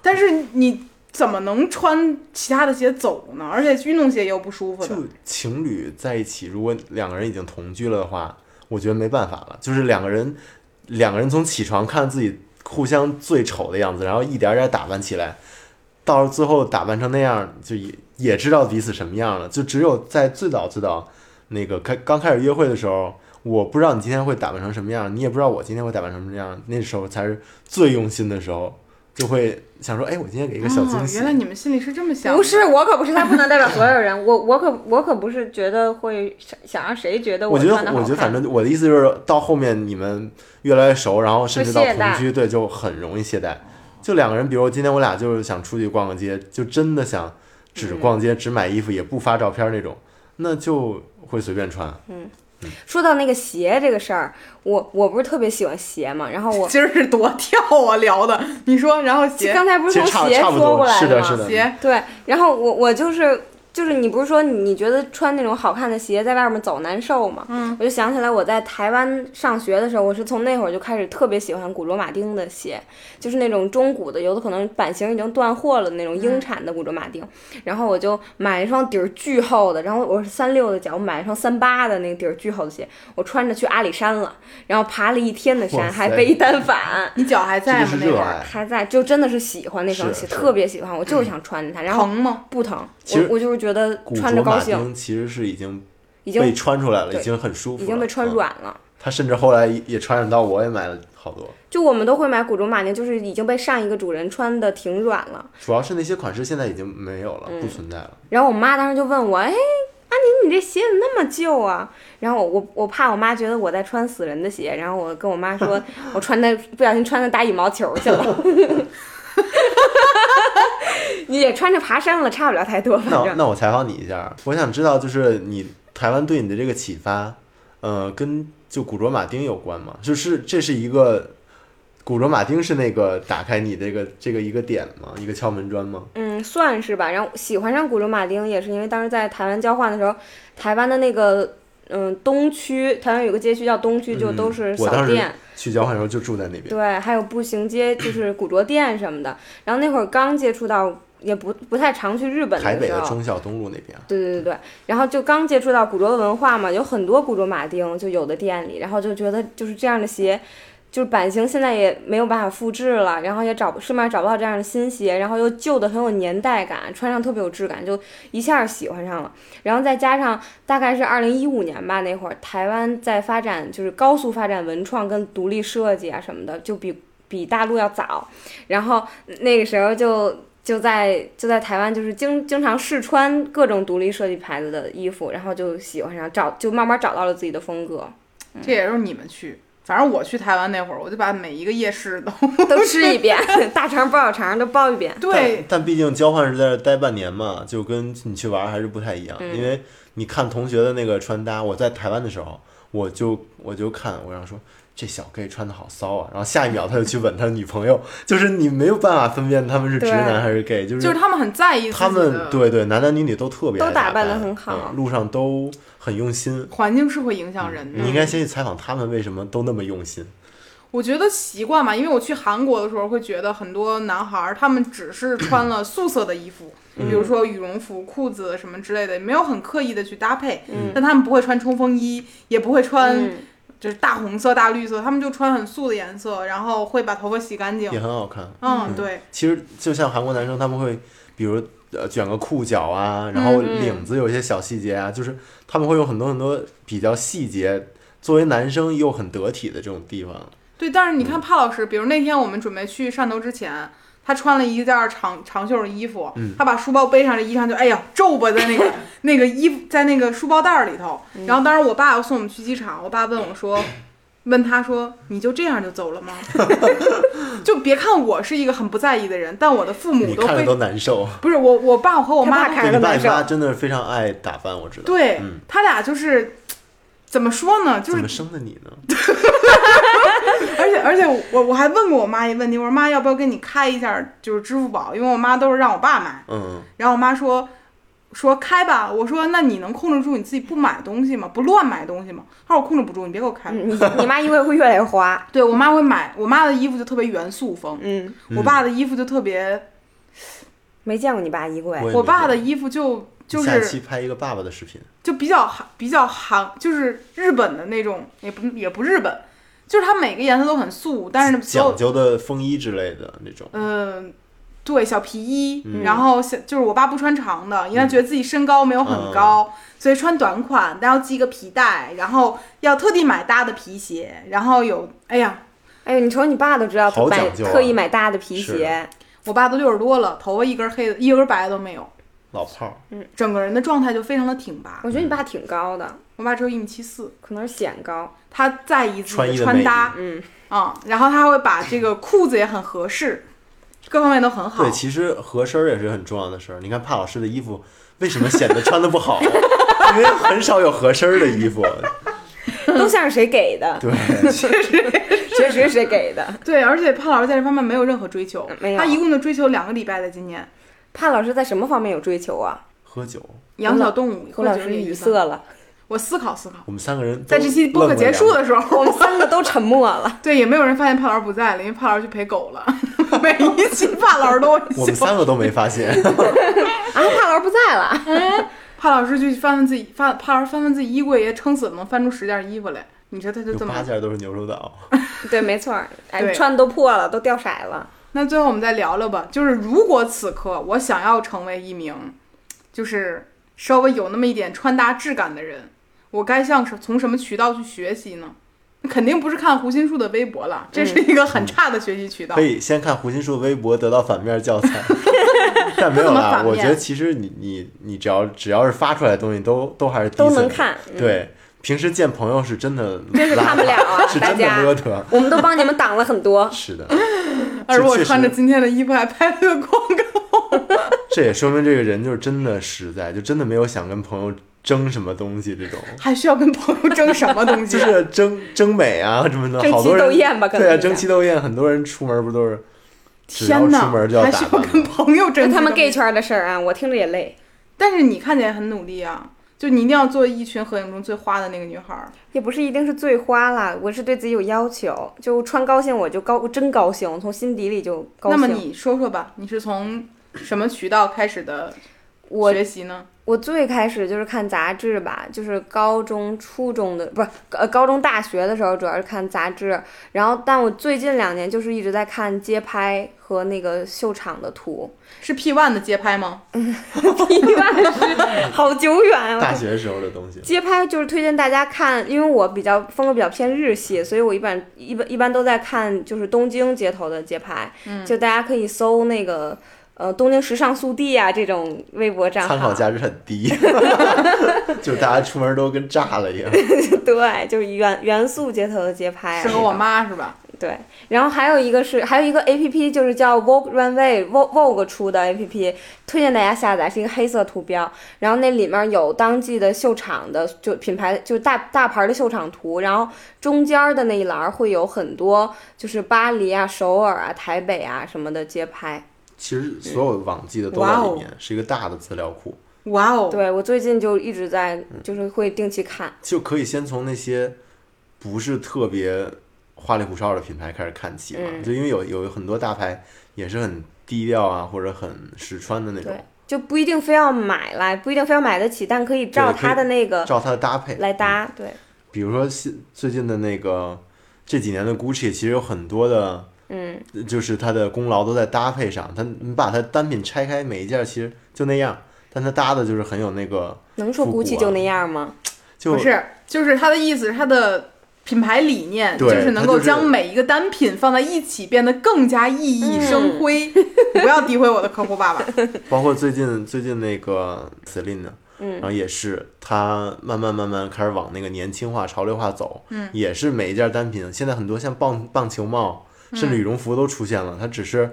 A: 但是你怎么能穿其他的鞋走呢？而且运动鞋也有不舒服的
C: 就。情侣在一起，如果两个人已经同居了的话，我觉得没办法了。就是两个人，两个人从起床看自己互相最丑的样子，然后一点点打扮起来，到最后打扮成那样，就也也知道彼此什么样了。就只有在最早最早那个开刚开始约会的时候，我不知道你今天会打扮成什么样，你也不知道我今天会打扮成什么样，那时候才是最用心的时候。就会想说，哎，我今天给一个小
A: 哦
C: 惊喜。
A: 原来你们心里是这么想的。
B: 不是，我可不是，他不能代表所有人。我我可我可不是觉得会想想让谁觉得
C: 我觉
B: 穿的好
C: 得，
B: 看。
C: 我觉得，反正我的意思就是，到后面你们越来越熟，然后甚至到
B: 会懈
C: 同
B: 怠
C: 居，对，就很容易懈怠。就两个人，比如今天我俩就是想出去逛个街，就真的想只
B: 嗯
C: 逛街、只买衣服，也不发照片那种，那就会随便穿。
B: 说到那个鞋这个事儿，我我不是特别喜欢鞋嘛，然后我
A: 今儿是多跳啊，聊的。你说，然后鞋
B: 刚才不
C: 其
B: 是
C: 实
B: 从
C: 差
B: 鞋
C: 差不
B: 说过
C: 多，
B: 来
C: 是的，
B: 吗？
C: 是的，
A: 鞋
B: 对，然后我我就是就是你不是说你觉得穿那种好看的鞋在外面走难受吗？
A: 嗯，
B: 我就想起来我在台湾上学的时候，我是从那会儿就开始特别喜欢古着马丁的鞋，就是那种中古的，有的可能版型已经断货了那
C: 嗯
B: 种英产的古着马丁。然后我就买了一双底儿巨厚的，然后我是三六的脚，我买了一双三八的那个底儿巨厚的鞋，我穿着去阿里山了，然后爬了一天的
C: 哇
B: 山，
C: 塞
B: 还背一单反。
A: 你脚还在
C: 这
A: 吗
C: 就？是
A: 那会
C: 热
A: 儿
C: 爱。
B: 还在，就真的是喜欢那双
C: 是
B: 鞋，
C: 是
B: 特别喜欢，我就是想穿着它，然后
A: 疼吗？
B: 不疼，
C: 其
B: 我
C: 实
B: 我就是觉得
C: 古
B: 穿
C: 着
B: 着高
C: 马
B: 兴，
C: 丁其实是已经
B: 已经
C: 被穿出来了，
B: 对
C: 已经很舒服了，
B: 已经被穿
C: 嗯。
B: 软了。
C: 他甚至后来也传染到我，也买了好多。
B: 就我们都会买古着马丁，就是已经被上一个主人穿的挺软了。
C: 主要是那些款式现在已经没有了，
B: 嗯
C: 不存在了。
B: 然后我妈当时就问我，哎，阿宁，你这鞋怎么那么旧啊？然后我我我怕我妈觉得我在穿死人的鞋，然后我跟我妈 说，我穿的不小心穿的打羽毛球去了。 你也穿着爬山了，差不了太多， 反
C: 那
B: 正。
C: 那我采访你一下，我想知道就是你台湾对你的这个启发，呃，跟就古着马丁有关吗？就是这是一个古着马丁是那个打开你这个这个一个点吗？一个敲门砖吗？
B: 嗯，算是吧。然后喜欢上古着马丁也是因为当时在台湾交换的时候，台湾的那个嗯东区，台湾有个街区叫东区，就都
C: 嗯
B: 是
C: 我当
B: 小
C: 时
B: 店，
C: 去交换的时候就住在那边，
B: 对，还有步行街，就是古着店什么的。然后那会儿刚接触到，也不不太常去日本啊
C: 台北
B: 时
C: 的
B: 候。
C: 忠孝东路那边。
B: 对对对对，然后就刚接触到古着的文化嘛，有很多古着马丁，就有的店里，然后就觉得就是这样的鞋，就是版型现在也没有办法复制了，然后也找不市面上找不到这样的新鞋，然后又旧的很有年代感，穿上特别有质感，就一下喜欢上了。然后再加上大概是二零一五年吧，那会儿台湾在发展就是高速发展文创跟独立设计啊什么的，就比比大陆要早，然后那个时候就就在就在台湾，就是经经常试穿各种独立设计牌子的衣服，然后就喜欢上，找就慢慢找到了自己的风格，
A: 这也就是你们去。反正我去台湾那会儿，我就把每一个夜市都
B: 都吃一遍， 大肠包小肠都包一遍。
A: 对
C: 但，但毕竟交换是在这儿待半年嘛，就跟你去玩儿还是不太一样，因为你看同学的那个穿搭，我在台湾的时候，我就我就看，我想说这小 gay 穿的好骚啊，然后下一秒他就去吻他女朋友， 就是你没有办法分辨他们是直
B: 对
C: 男还是 gay，就
A: 就是
C: 是
A: 他们很在意自
C: 他
A: 己
C: 们
A: 的
C: 对对男男女女都特别
B: 都
C: 爱
B: 打扮
C: 扮
B: 得很好
C: 嗯路上都很用心。
A: 环境是会影响人的。
C: 你应该先去采访他们为什么都那么用心，
A: 我觉得习惯嘛，因为我去韩国的时候会觉得很多男孩儿他们只是穿了素色的衣服，比如说羽绒服、裤子什么之类的，没有很刻意的去搭配。
B: 嗯
A: 但他们不会穿冲锋衣，也不会穿
B: 嗯，
A: 就是大红色、大绿色，他们就穿很素的颜色，然后会把头发洗干净
C: 也。很好看。
A: 嗯，对，
C: 其实就像韩国男生，他们会比如呃卷个裤脚啊，
A: 嗯
C: 然后领子有一些小细节啊，就是他们会有很多很多比较细节，作为男生又很得体的这种地方。
A: 对，但是你
C: 嗯
A: 看帕老师，比如那天我们准备去汕头之前，他穿了一件儿长长袖的衣服，
C: 嗯
A: 他把书包背上，这衣裳就哎呀皱巴在那 个那个衣服在那个书包袋儿里头。
C: 嗯
A: 然后当时我爸要送我们去机场，我爸问我说。问他说：“你就这样就走了吗？” 就别看我是一个很不在意的人，但我的父母
C: 你
A: 都
C: 看着
A: 非
C: 都难受。
A: 不是我，我爸和我
B: 他
A: 妈
B: 爸
A: 都
B: 看着
C: 对你
B: 都
C: 爸
B: 难
C: 你
B: 受。
C: 妈真的非常爱打扮，我知道。
A: 对、
C: 嗯
A: 他俩就是怎么说呢？就
C: 怎
A: 是
C: 么生的你呢？
A: 而且而且我我还问过我妈一个问题，我说妈要不要跟你开一下就是支付宝，因为我妈都是让我爸买，
C: 嗯，
A: 然后我妈说说开吧，我说那你能控制住你自己不买东西吗？不乱买东西吗？她说我控制不住，你别给我开。
B: 嗯你你妈衣柜会越来 越花，
A: 对我妈会买，我妈的衣服就特别元素风，
B: 嗯，
A: 我爸的衣服就特别，
B: 没见过你爸衣柜，
C: 也
A: 我
C: 没
A: 爸的
C: 见
A: 衣服就就
C: 下
A: 是
C: 期拍一个爸爸的视频，
A: 就比较韩比较韩，就是日本的那种，也不也不日本，就是它每个颜色都很素，但是所有
C: 讲究的风衣之类的那种。
A: 嗯，对，小皮衣，
C: 嗯
A: 然后小就是我爸不穿长的，因为他觉得自己身高没有很
C: 嗯
A: 高，所以穿短款，但要系个皮带，然后要特地买大的皮鞋，然后有，哎呀，
B: 哎呦，你瞅你爸都知道
C: 好
B: 买
C: 讲究啊
B: 特意买大的皮
C: 是的啊
B: 鞋，
A: 我爸都六十多了，头发一根黑的，一根白的都没有，
C: 老炮儿，
A: 整个人的状态就非常的挺拔。
B: 我觉得你爸挺高的，
A: 我爸只有一米七四，
B: 可能是显高，
A: 他在意自己
C: 穿衣
A: 的
C: 的
A: 穿
C: 魅
A: 搭
B: 嗯，
A: 啊、然后他还会把这个裤子也很合适，各方面都很好
C: 对，。其实合身儿也是很重要的事儿。你看帕老师的衣服为什么显得穿的不好？因为很少有合身儿的衣服。
B: 都像是谁给的，
C: 对，
B: 确实是谁给的。
A: 对，而且潘老师在这方面没有任何追求
B: 嗯，没有
A: 他一共就追求两个礼拜，在今年。
B: 潘老师在什么方面有追求啊？
C: 喝酒。
A: 养小动物，
B: 胡
A: 喝
B: 老
A: 酒
B: 师
A: 也一般。
B: 语塞啊了，
A: 我思考思考，
C: 我们三个人
A: 在这期播客结束
C: 的，
A: 的时候，
B: 我 们三个都沉默了。
A: 对，也没有人发现帕老师不在了，因为帕老师去陪狗了。 每一期帕老师都
C: 我们
A: 会笑，
C: 三个都没发现。
B: 啊，帕老师不在了，
A: 帕老师去翻翻自己，翻帕老师翻翻自己衣柜，也撑死了能翻出十件衣服来。你说他就
C: 有
A: 这么
C: 八件都是牛首岛，
B: 对，没错儿，哎，
A: 对
B: 穿的都破了，都掉色了。
A: 那最后我们再聊聊吧，就是如果此刻我想要成为一名，就是稍微有那么一点穿搭质感的人，我该向什从什么渠道去学习呢？那肯定不是看胡心树的微博了，
B: 嗯
A: 这是一个很差的学习渠道。
C: 嗯可以先看胡心树的微博得到反面教材， 但没有
A: 怎么
C: 啦。
A: 反面
C: 我觉得其实你你你只要只要是发出来的东西都都还是
B: 都
C: decent
B: 能
C: 的。
B: 看嗯
C: 对，平时见朋友是真的拉，
B: 真是看不了啊
C: 是
B: 大
C: 真的
B: 家
C: 邋遢。，
B: 我们都帮你们挡了很多
C: 是的，
A: 而我
C: 确
A: 穿着
C: 实
A: 今天的衣服还拍了个广告，
C: 这也说明这个人就是真的实在，就真的没有想跟朋友争什么东西这种。
A: 还需要跟朋友争什么东
C: 就
A: 西？
C: 是争争美啊什么的，
B: 争
C: 好多
B: 奇
C: 人
B: 斗艳吧可能
C: 对啊，
B: 是这
C: 争
B: 样
C: 奇斗艳，很多人出门不都是 只要
A: 天哪，
C: 出门就要
A: 还
C: 打
A: 需要
C: 扮
A: 跟
C: 吗
A: 朋友争
B: 那他
A: 这
B: 们
A: 个
B: gay 圈的事儿啊，我听着也累。
A: 但是你看起来很努力啊，就你一定要做一群合影中最花的那个女孩儿。
B: 也不是一定是最花啦，我是对自己有要求，就穿高兴我就高，我真高兴，我从心底里就高
A: 那
B: 兴。
A: 么你说说吧，你是从什么渠道开始的
B: 我
A: 学习呢？
B: 我最开始就是看杂志吧，就是高中、初中的不是呃高中、大学的时候主要是看杂志，然后但我最近两年就是一直在看街拍和那个秀场的图，
A: 是 P One 的街拍吗？
B: 好久远啊！我
C: 大学时候的东西。
B: 街拍就是推荐大家看，因为我比较风格比较偏日系，所以我一般一般一般都在看就是东京街头的街拍，
A: 嗯
B: 就大家可以搜那个呃东京时尚速递啊这种微博账号，
C: 参考价值很低，就是大家出门都跟炸了一样。
B: 对，就是元元素街头的街拍、啊，
A: 适合我。妈是吧？
B: 对，然后还有一个是还有一个 A P P 就是叫 Vogue Runway Vogue Vogue 出的 A P P，推荐大家下载，是一个黑色图标，然后那里面有当季的秀场的就品牌就是大大牌的秀场图，然后中间儿的那一栏儿会有很多就是巴黎啊、首尔啊、台北啊什么的街拍。
C: 其实所有网记的都
A: 哇
C: 在
A: 哦
C: 里面，是一个大的资料库，
A: 哇哦，
B: 对我最近就一直在
C: 嗯
B: 就是会定期看，
C: 就可以先从那些不是特别花里胡哨的品牌开始看起嘛。
B: 嗯
C: 就因为有有很多大牌也是很低调啊，或者很实穿的那
B: 对
C: 种，，
B: 就不一定非要买来，不一定非要买得起，但可以照
C: 对可以
B: 它的那个
C: 照它的搭配嗯
B: 来搭，对。
C: 比如说现最近的那个这几年的 Gucci，其实有很多的，
B: 嗯，
C: 就是它的功劳都在搭配上。它你把它单品拆开，每一件其实就那样，但它搭的就是很有那个，
B: 能说
C: 复古
B: GUCCI
C: 啊
B: 就那样吗？
C: 就
A: 不是，就是他的意思，是他的品牌理念就
C: 对
A: 是能够
C: 它就是
A: 将每一个单品放在一起，变得更加熠
B: 嗯
A: 熠生 辉。你不要诋毁我的客户爸爸，
C: 包括最近最近那个 Celine，嗯，然后也是它慢慢慢慢开始往那个年轻化、潮流化走，嗯，也是每一件单品，现在很多像棒棒球帽，甚至羽绒服都出现了，它只是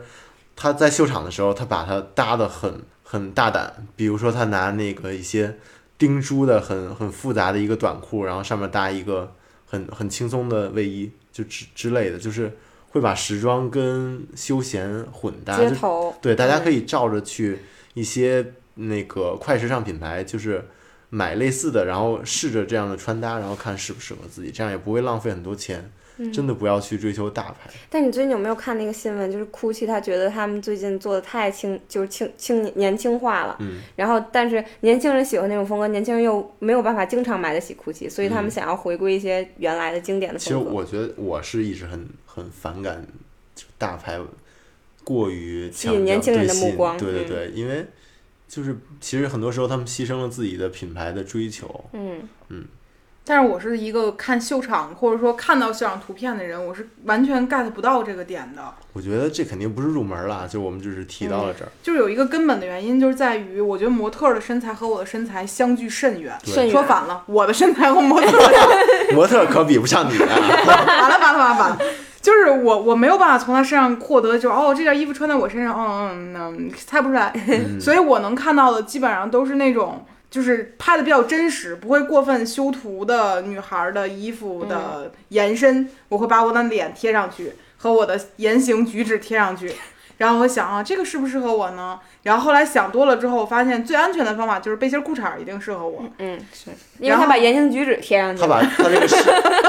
C: 他在秀场的时候，他把它搭的很很大胆，比如说他拿那个一些钉珠的很很复杂的一个短裤，然后上面搭一个很很轻松的卫衣，就之之类的，就是会把时装跟休闲混搭，
B: 街
C: 就
B: 头，
C: 对，大家可以
B: 嗯
C: 照着去一些那个快时尚品牌，就是买类似的，然后试着这样的穿搭，然后看适不适合自己，这样也不会浪费很多钱。
B: 嗯
C: 真的不要去追求大牌，
B: 但你最近有没有看那个新闻？就是 GUCCI 他觉得他们最近做的太轻，就是轻轻年轻化了。
C: 嗯。
B: 然后，但是年轻人喜欢那种风格，年轻人又没有办法经常买得起 GUCCI，所以他们想要回归一些原来的经典的
C: 嗯其实
B: 风格。
C: 我觉得我是一直很很反感就大牌过于
B: 吸引
C: 强调
B: 年轻人
C: 对
B: 的
C: 吸
B: 目
C: 引
B: 光
C: 对对
B: 嗯
C: 对，因为就是其实很多时候他们牺牲了自己的品牌的追求，
B: 嗯，
A: 但是我是一个看秀场或者说看到秀场图片的人，我是完全 get 不到这个点的。
C: 我觉得这肯定不是入门啦，就我们只是提
B: 嗯
C: 到了这儿，
A: 就是有一个根本的原因，就是在于我觉得模特儿的身材和我的身材相距甚远。
C: 对
B: 甚
A: 说
B: 远。
A: 反了，我的身材和模特儿的
C: 模特可比不上你啊，
A: 完了完了完了完了，就是我我没有办法从他身上获得就哦这件衣服穿在我身上，嗯嗯嗯，猜不出来， 所以我能看到的基本上都是那种。就是拍的比较真实，不会过分修图的女孩的衣服的延伸，我会把我的脸贴上去和我的言行举止贴上去，然后我想啊，这个适不适合我呢？然后后来想多了之后，我发现最安全的方法就是背心儿裤衩儿一定适合我。
B: 嗯，是因为他把言行举止贴上去
C: 他
B: 了。
C: 把他这个适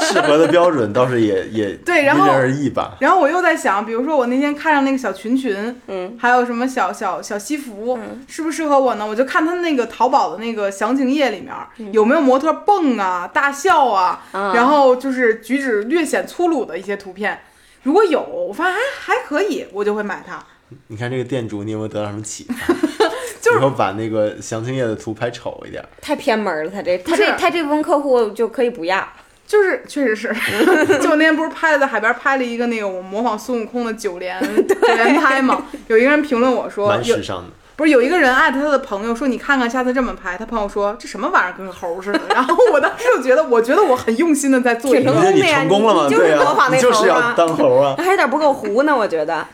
C: 适合的标准倒是也也
A: 对然
C: 因
A: 后
C: 人而异吧。
A: 然后我又在想，比如说我那天看上那个小裙裙，
B: 嗯，
A: 还有什么小小小西服，
B: 嗯
A: 适不适合我呢？我就看他那个淘宝的那个详情页里面、有没有模特蹦啊、大笑啊，
B: 嗯啊
A: 然后就是举止略显粗鲁的一些图片。如果有，我发现哎还还可以，我就会买它。
C: 你看这个店主，你有没有得到什么启发？
A: 就是
C: 以后把那个详情页的图拍丑一点，
B: 太偏门了，他这他
A: 是
B: 这他这部分客户就可以不 要。
A: 就是，确 实是，就我那天不是拍了在海边拍了一个那个我模仿孙悟空的九 连九连拍嘛，有一个人评论我说，
C: 蛮
A: 有
C: 时尚的。
A: 不是有一个人艾特他的朋友说你看看下次这么拍，他朋友说这什么玩意儿跟个猴似的， 然后我当时就觉得我觉得我很用心的在做一
C: 你
A: 个
C: 觉
B: 挺，
C: 得你
B: 成功的呀
C: 成功了吗？
B: 你就是
C: 对
B: 模
C: 啊，
B: 仿那
C: 你就是
B: 猴
C: 要
B: 啊
C: 当猴啊。
B: 还有点不够糊呢，我觉得。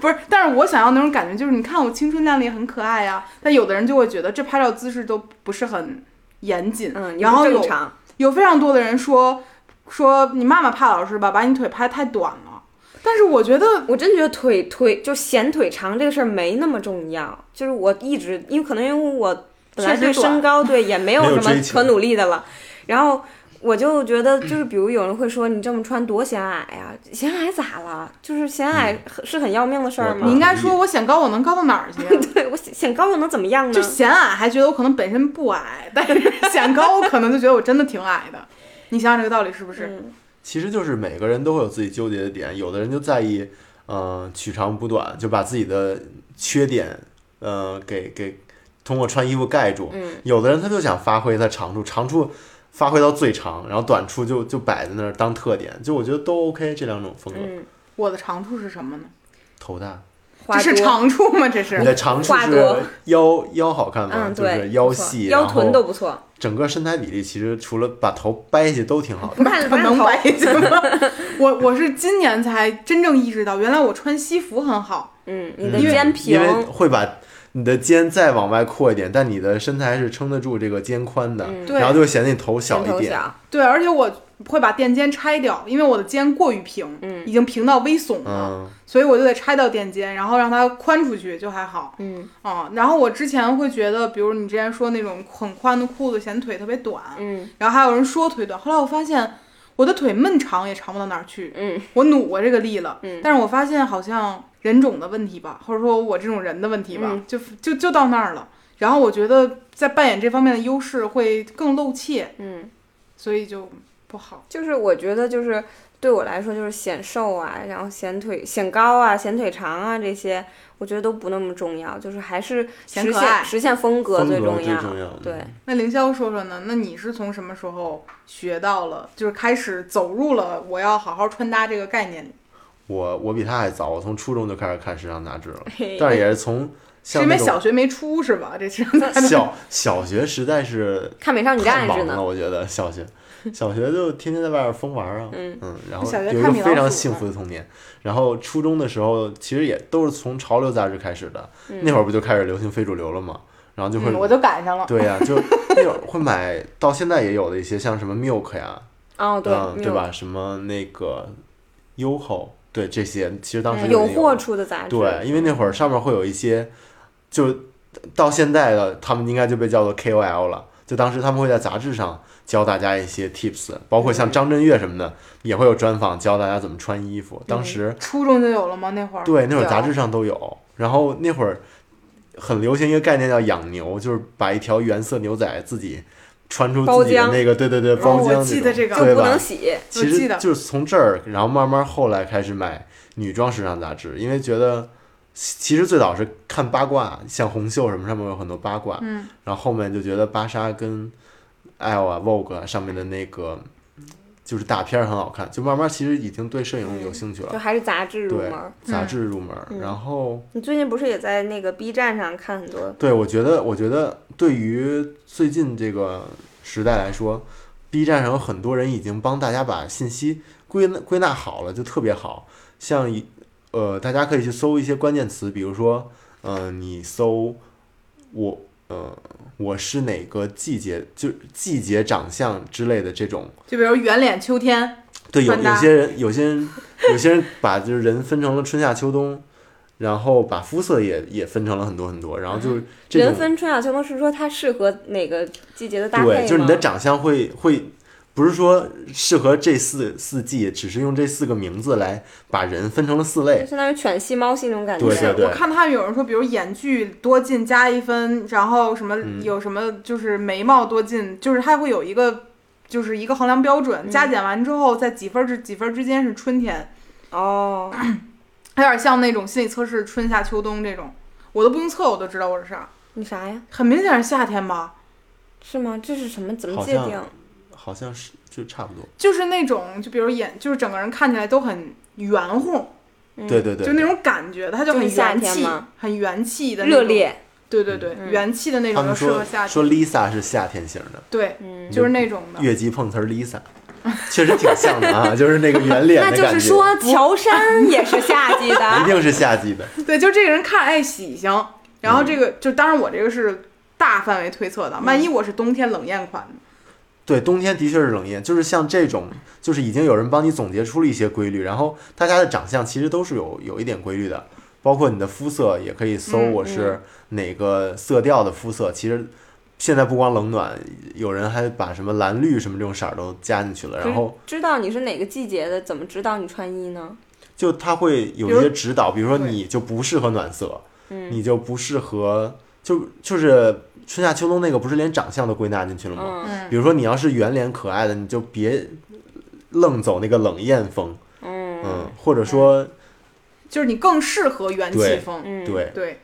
A: 不是，但是我想要那种感觉，就是你看我青春靓丽很可爱呀、但有的人就会觉得这拍照姿势都不是很严谨，
B: 嗯，
A: 然后
B: 正
A: 有
B: 常。
A: 有非常多的人说说你骂骂帕老师吧，把你腿拍太短了，但是我觉得。
B: 我真觉得腿腿就显腿长这个事儿没那么重要，就是我一直因为可能因为我本来
A: 确实
B: 对
A: 短
B: 身高对也没有
C: 没有
B: 什
C: 追
B: 么
C: 求
B: 可努力的了，然后我就觉得就是比如有人会说你这么穿多显矮呀、显矮咋了？就是显矮很是很要命的事儿
C: 嗯我
A: 你
B: 吗
A: 应？该说，我显高，我能高到哪儿去？啊
B: 对我显显高又能怎么样呢
A: 就？显矮，还觉得我可能本身不矮，但是显高，我可能就觉得我真的挺矮的。你想想这个道理是不是？
B: 嗯
C: 其实就是每个人都会有自己纠结的点，有的人就在意，呃，取长补短，就把自己的缺点，呃，给给通过穿衣服盖住。
B: 嗯，
C: 有的人他就想发挥他长处，长处发挥到最长，然后短处就就摆在那儿当特点。就我觉得都 OK，这两种风格。
B: 嗯，
A: 我的长处是什么呢？
C: 头大，
B: 花
A: 这是
B: 多
A: 长处吗？这是
C: 你的 长处
B: 话
C: 是
B: 多
C: 腰腰好看吗？
B: 嗯，
C: 就
B: 对，
C: 是腰
B: 不错
C: 细，
B: 腰
C: 然后
B: 臀都不错。
C: 整个身材比例其实除了把头掰下去都挺好的。
B: 不看不看
A: 能
B: 头
A: 白去吗？ 我我是今年才真正意识到，原来我穿西服很好。
B: 嗯，你的
C: 因为
B: 肩
C: 因
B: 平，
C: 为会把你的肩再往外扩一点，但你的身材是撑得住这个肩宽的，
B: 嗯
A: 对
C: 然后就会显得你头小
B: 肩头
C: 一点。
B: 小，
A: 对，而且我会把垫肩拆掉，因为我的肩过于平，
B: 嗯
A: 已经平到微耸了，
C: 嗯，
A: 所以我就得拆掉垫肩，然后让它宽出去就还好。
B: 嗯
A: 啊、然后我之前会觉得，比如你之前说那种很宽的裤子显腿特别短，
B: 嗯
A: 然后还有人说腿短，后来我发现我的腿闷长也长不到哪儿去，
B: 嗯，
A: 我努过这个力了，
B: 嗯
A: 但是我发现好像人种的问题吧，或者说我这种人的问题吧，
B: 嗯
A: 就就就到那儿了。然后我觉得在扮演这方面的优势会更露怯，
B: 嗯，
A: 所以就不好。
B: 就是我觉得就是对我来说就是显瘦啊，然后显腿显高啊，显腿长啊这些，我觉得都不那么重要，就是还是
A: 显
B: 实
A: 可爱
B: 现实现风格
C: 风
B: 最
C: 格
B: 重
C: 最
B: 要。
C: 重要。
B: 对，
A: 那凌霄说说呢？那你是从什么时候学到了，就是开始走入了我要好好穿搭这个概念？
C: 我我比他还早，我从初中就开始看时尚杂志了，
B: 嘿
C: 嗯但是也是从
A: 是
C: 像
A: 因
C: 那
A: 为
C: 种
A: 小学没出是吧？这是
C: 小小学实在是
B: 看《美少女
C: 太
B: 战士
C: 忙》了，
B: 呢，
C: 我觉得小学小学就天天在外边疯玩啊，
B: 嗯
C: 然后
A: 小学
C: 有一
A: 看
C: 个
A: 米
C: 非
A: 老
C: 常
A: 鼠
C: 幸
A: 嘛
C: 福的童年。然后初中的时候，其实也都是从潮流杂志开始的，那会儿不就开始流行非主流了吗？然后就会、
A: 嗯我就赶上了。
C: 对呀、就那会儿会买，到现在也有的一些像什么 Milk 呀，
B: 哦对，
C: 嗯，
B: 没
C: 对
B: 有
C: 吧？什么那个 YoHo，对这些，其实当时
A: 嗯
C: 就
B: 哎有
C: 已经
B: 货
C: 了
B: 出的杂志，
C: 对，因为那会儿上面会有一些，就到现在的他们应该就被叫做 KOL 了。就当时他们会在杂志上教大家一些 tips，包括
A: 嗯
C: 像张震岳什么的、也会有专访教大家怎么穿衣服。当
A: 嗯
C: 时、
A: 初中就有了吗？那会儿
C: 对那会儿
A: 有
C: 杂志上都有，然后那会儿很流行一个概念叫养牛，就是把一条原色牛仔自己穿出
B: 包
C: 自己的
B: 浆
C: 那个对对对
A: 哦
C: 包
A: 我
C: 浆
A: 记得
C: 这
A: 这个
C: 种
B: 就
C: 对
B: 不
C: 吧？
B: 能洗，
A: 我
C: 其实
A: 记得
C: 就是从这儿，然后慢慢后来开始买女装时尚杂志，因为觉得其实最早是看八卦，像红袖什么上面有很多八卦，
A: 嗯，
C: 然后后面就觉得芭莎跟 L 啊 Vogue 啊上面的那个就是大片儿很好看，就慢慢其实已经对摄影有兴趣
B: 就
A: 嗯
C: 了，
B: 还是杂志入
C: 对
B: 门儿。
C: 杂志入门，
B: 嗯
C: 然后。
B: 你最近不是也在那个 B 站上看很多？
C: 对，我觉得，我觉得对于最近这个时代来说，B 站上有很多人已经帮大家把信息归纳归纳好了，就特别好。像一呃，大家可以去搜一些关键词，比如说，呃，你搜我呃我是哪个季节，就季节长相之类的这种。
A: 就比如圆脸秋天，
C: 对，有
A: 穿
C: 有
A: 搭
C: 些人，有些人，有些人把就是人分成了春夏秋冬，然后把肤色也也分成了很多很多，然后就是这种
B: 人分春夏秋冬是说它适合哪个季节的搭配吗？
C: 对，就是你的长相会会不是说适合这四四季，只是用这四个名字来把人分成了四
B: 就
C: 类。
B: 相当于犬系、猫系那种感觉。
C: 对对对
A: 我看他们有人说，比如眼距多近加一分，然后什么
C: 嗯
A: 有什么就是眉毛多近，就是它会有一个就是一个衡量标准，
B: 嗯
A: 加减完之后在几分至几分之间是春天，
B: 哦，
A: 有点像那种心理测试春夏秋冬这种，我都不用测我都知道我是啥，
B: 你啥呀？
A: 很明显是夏天吧，
B: 是吗？这是什么？怎么
C: 好
B: 界
C: 像
B: 定？
C: 好像是就差不多。
A: 就是那种就比如眼就是整个人看起来都很圆乎，
B: 嗯
C: 对对对，
A: 就那种感觉，它
B: 就是
A: 很
B: 夏
A: 元
B: 天
A: 气
B: 吗，
A: 很元气的那
B: 热
A: 种，
B: 烈，
A: 对对对，
B: 嗯
A: 元气的那
C: 他
A: 种
C: 们
A: 就适合
C: 说
A: 夏天，
C: 说 Lisa 是夏天型的，
A: 对，
B: 嗯，
A: 就是那种的。
C: 越级碰瓷儿 Lisa，确实挺像的啊，就是那个圆脸
B: 那
C: 的
B: 就
C: 感
B: 是
C: 觉，
B: 说啊乔杉也是夏季
C: 一
B: 的，
C: 定是夏季的。
A: 对，就这个人看着哎喜庆，然后这个、
C: 嗯
A: 就当然我这个是大范围推
B: 嗯
A: 测的，万一我是冬天冷艳款呢，
C: 对，冬天的确是冷艳，就是像这种，就是已经有人帮你总结出了一些规律，然后大家的长相其实都是有有一点规律的，包括你的肤色也可以搜
A: 嗯
C: 我是哪个色调的肤色。其实现在不光冷暖，有人还把什么蓝绿什么这种色儿都加进去了，然后
B: 知道你是哪个季节的，怎么知道你穿衣呢？
C: 就他会有一些指导，比如说你就不适合暖色，
B: 嗯
C: 你就不适合就就是春夏秋冬那个不是连长相都归纳进去了吗？
B: 嗯
A: 嗯，
C: 比如说你要是圆脸可爱的，你就别愣走那个冷艳风，
B: 嗯
C: 嗯，或者说
A: 就是你更适合元气
C: 对
A: 风，
B: 嗯，
C: 对，
A: 对，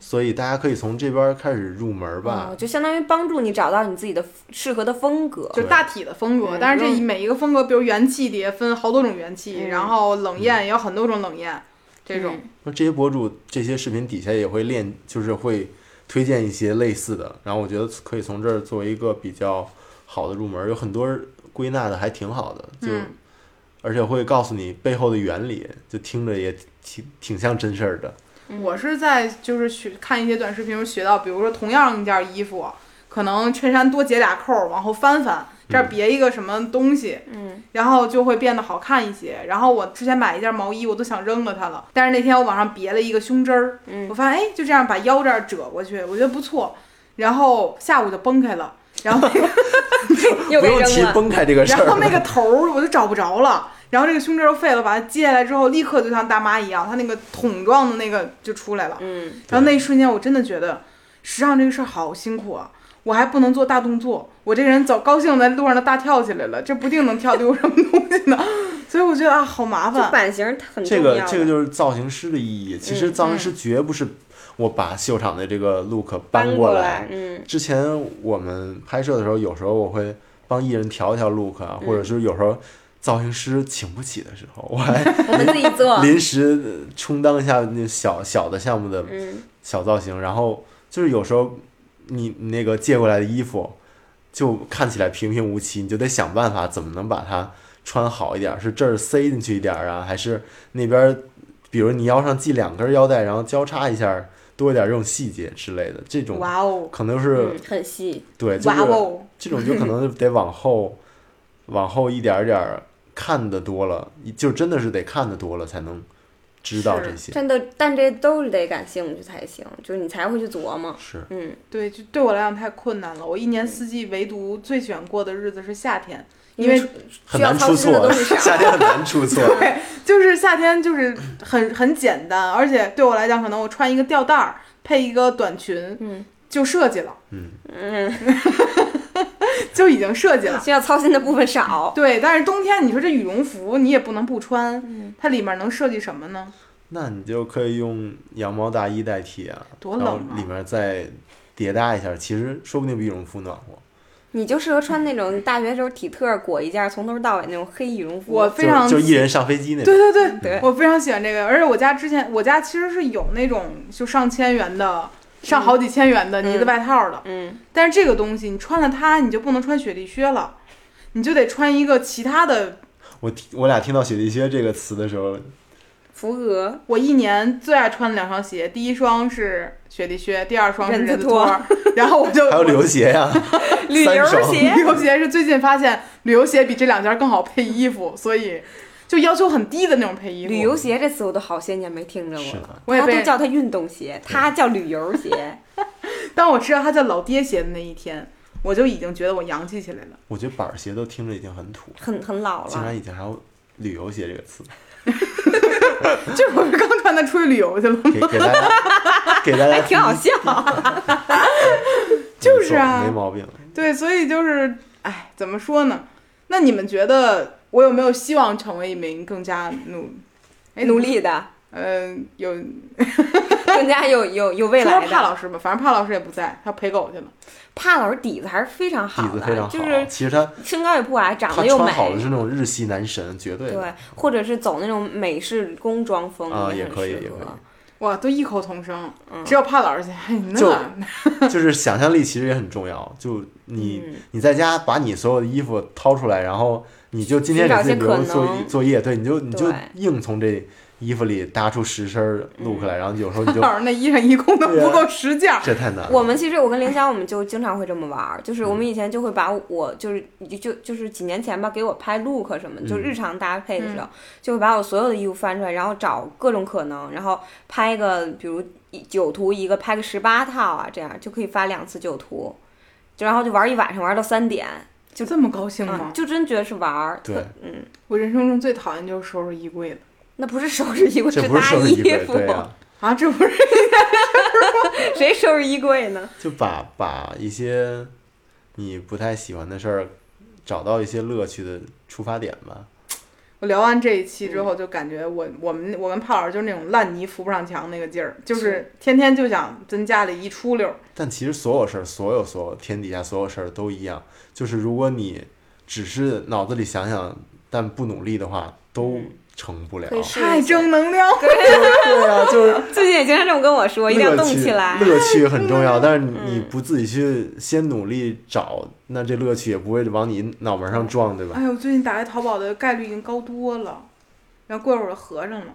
C: 所以大家可以从这边儿开始入门吧
B: 哦，。就相当于帮助你找到你自己的适合的风格。
A: 就是大体的风格。
B: 嗯
A: 但是这
B: 嗯
A: 一每一个风格，比如元气的也分好多种元气，
B: 嗯
A: 然后冷艳也有很多种冷艳，这种、
C: 那这些博主这些视频底下也会练，就是会推荐一些类似的，然后我觉得可以从这儿作为一个比较好的入门，有很多人归纳的还挺好的，就、
A: 嗯
C: 而且会告诉你背后的原理，就听着也挺挺像真事儿的。
B: 嗯
A: 我是在就是学看一些短视频时候学到，比如说同样一件衣服，可能衬衫多解俩扣儿，往后翻翻，这儿别一个什么东西，
B: 嗯
A: 然后就会变得好看一些。然后我之前买一件毛衣，我都想扔了它了，但是那天我往上别了一个胸针儿，
B: 嗯
A: 我发现哎，就这样把腰这儿折过去，我觉得不错。然后下午就崩开了，然后
B: 又
C: 不
B: 给
C: 用
B: 扔
C: 提
B: 了。
C: 崩开这个事
A: 然后那
C: 儿，
A: 个头儿我就找不着了。然后这个胸针儿废了，把它揭下来之后，立刻就像大妈一样，它那个桶状的那个就出来了。
B: 嗯，
A: 然后那一瞬间，我真的觉得时尚这个事儿好辛苦啊！我还不能做大动作，我这人走高兴在路上都大跳起来了，这不定能跳丢什么东西 呢。所以我觉得啊，好麻
B: 这
A: 烦。
B: 版型很重
C: 这
B: 要
C: 个
B: 的。嗯
C: 这个就是造型师的意义。其实造型师绝不是我把秀场的这个 look
B: 搬
C: 过
B: 来，嗯
C: 之前我们拍摄的时候，有时候我会帮艺人调一调 look 啊，
B: 嗯
C: 或者是有时候造型师请不起的时候，我还
B: 我们自己做，
C: 临时呃充当一下那小小的项目的
B: 嗯，
C: 小造型。然后就是有时候你你那个借过来的衣服就看起来平平无奇，你就得想办法怎么能把它穿好一点儿，是这儿塞进去一点儿啊，还是那边儿，比如你腰上系两根腰带，然后交叉一下儿，多一点儿这种细节之类的，这种
A: 哇哦，
C: 可能是、
B: 嗯很细，
C: 对，就
A: 哇
C: 是
A: 哦，
C: 这种就可能得往后， 往后一点儿一点儿看的多了，就真的是得看的多了才能知道这些。
B: 真的，但这都得感兴趣才行，就是你才会去琢磨。
C: 是，
B: 嗯，
A: 对，就对我来讲太困难了。我一年四季唯独最喜欢过的日子是夏天，因为
C: 很
B: 需要
C: 难
B: 操
C: 出
B: 心的
C: 错
B: 东西，少
C: 夏天很难出错。
A: 就是夏天就是很很简单，而且对我来讲，可能我穿一个吊带儿配一个短裙
B: 嗯
A: 就设计了，
C: 嗯，
B: 嗯，
A: 就已经设计了。
B: 需要操心的部分少。
A: 对，但是冬天你说这羽绒服你也不能不穿，
B: 嗯
A: 它里面能设计什么呢？
C: 那你就可以用羊毛大衣代替啊，
A: 多
C: 然后
A: 冷啊
C: 里面再叠搭一下，其实说不定比羽绒服暖和。
B: 你就适合穿那种大学时候体特裹一件从头到尾那种黑羽绒服。
A: 我非常
C: 就就一人上飞机那种。
A: 对对对，
B: 对，
A: 我非常喜欢这个，而且我家之前我家其实是有那种就上千元的。上好几千元的呢子外套的，
B: 嗯，
A: 但是这个东西你穿了它，你就不能穿雪地靴了，你就得穿一个其他的。
C: 我我俩听到“雪地靴”这个词的时候，
B: 扶额，
A: 我一年最爱穿的两双鞋，第一双是雪地靴，第二双是
B: 人字
A: 人字拖儿， 然后我就
C: 还有旅游鞋呀、
B: 旅
C: 三
B: 游
C: 手
B: 鞋
A: 旅游鞋是最近发现旅游鞋比这两件更好配衣服，所以就要求很低的那种配衣服。
B: 旅游鞋这词我都好些年没听着
C: 是
B: 过
C: 的
B: 了，
A: 我也
B: 他
A: 被
B: 都叫它运动鞋，它叫旅游鞋。
A: 当我知道它叫老爹鞋的那一天，我就已经觉得我洋气起来 了。
C: 我觉得板儿鞋都听着已经很土，
B: 很很老
C: 竟
B: 了
C: 然，以前还有旅游鞋这个词，
A: 这不是刚穿它出去旅游去了吗？
C: 给给大家给大
B: 还
C: 家
B: 挺好 笑。
A: 就是啊
C: 没毛病。
A: 对，所以就是，哎，怎么说呢？那你们觉得我有没有希望成为一名更加努，哎，
B: 努？力的，
A: 嗯、有
B: 更加有有有未
A: 说
B: 来
A: 是帕
B: 的。
A: 老师吧，反正帕老师也不在，他陪狗去了。
B: 帕老师底子还是非常
C: 底
B: 好
C: 子
B: 的，
C: 非常好，
B: 就是
C: 其实他
B: 身高也不矮，长
C: 他
B: 得又
C: 穿
B: 美，
C: 好的是那种日系男神，绝对的
B: 对，或者是走那种美式工装风
C: 啊也
B: 很
C: 可以
B: 适
C: 也
B: 合
C: 可以
A: 哇，都异口同声，
B: 嗯
A: 只有帕老师去。 哎，你
C: 就
A: 那
C: 就是想象力其实也很重要。就你、
B: 嗯
C: 你在家把你所有的衣服掏出来，然后你就今天给自己留个
B: 寻找一些可
C: 作
B: 能
C: 作业，对，你就你就
B: 对嗯
C: 硬从这衣服里搭出十身儿 look 来，然后有时候你
A: 帕
C: 就
A: 老师那衣裳一共都
C: 对啊
A: 不够十件儿。
C: 这太难了。
B: 我们其实我跟凌霄，我们就经常会这么玩儿，就是我
C: 嗯
B: 们以前就会把我就是就就就是几年前吧，给我拍 look 什么的，就
C: 嗯
B: 日常搭配的时候，就会把我所有的衣服翻出来，然后找各种可能，然后拍个比如一九图一个，拍个十八套啊，这样就可以发两次九图，就然后就玩一晚上，玩到三点，
A: 就这么高兴
B: 嗯，
A: 吗？
B: 就真觉得是玩儿。
C: 对
B: 特，嗯，
A: 我人生中最讨厌就是收拾衣柜了
B: 那不是收拾衣柜，
C: 这不
B: 搭
C: 是收拾衣柜，
B: 服，
C: 对呀、啊，
A: 啊！这不是
B: 谁收拾衣柜呢？
C: 就把把一些你不太喜欢的事儿，找到一些乐趣的出发点吧。
A: 我聊完这一期之后，
B: 嗯
A: 就感觉我我们我跟帕老师就是那种烂泥扶不上墙那个劲儿，就是天天就想跟家里一出溜儿。
C: 但其实所有事儿，所有所有天底下所有事儿都一样，就是如果你只是脑子里想想，但不努力的话，都成不了。
B: 可以试一
A: 太
B: 下
A: 正能量了，
C: 对啊，就是
B: 最近也经常这么跟我说，一定要
C: 乐
B: 动
C: 趣
B: 起来。
C: 乐趣很 重要，但是你不自己去先努力找，那这乐趣也不会往你脑门上撞，对吧？
B: 嗯
A: 哎呦，我最近打开淘宝的概率已经高多了，然后过一会儿合上了。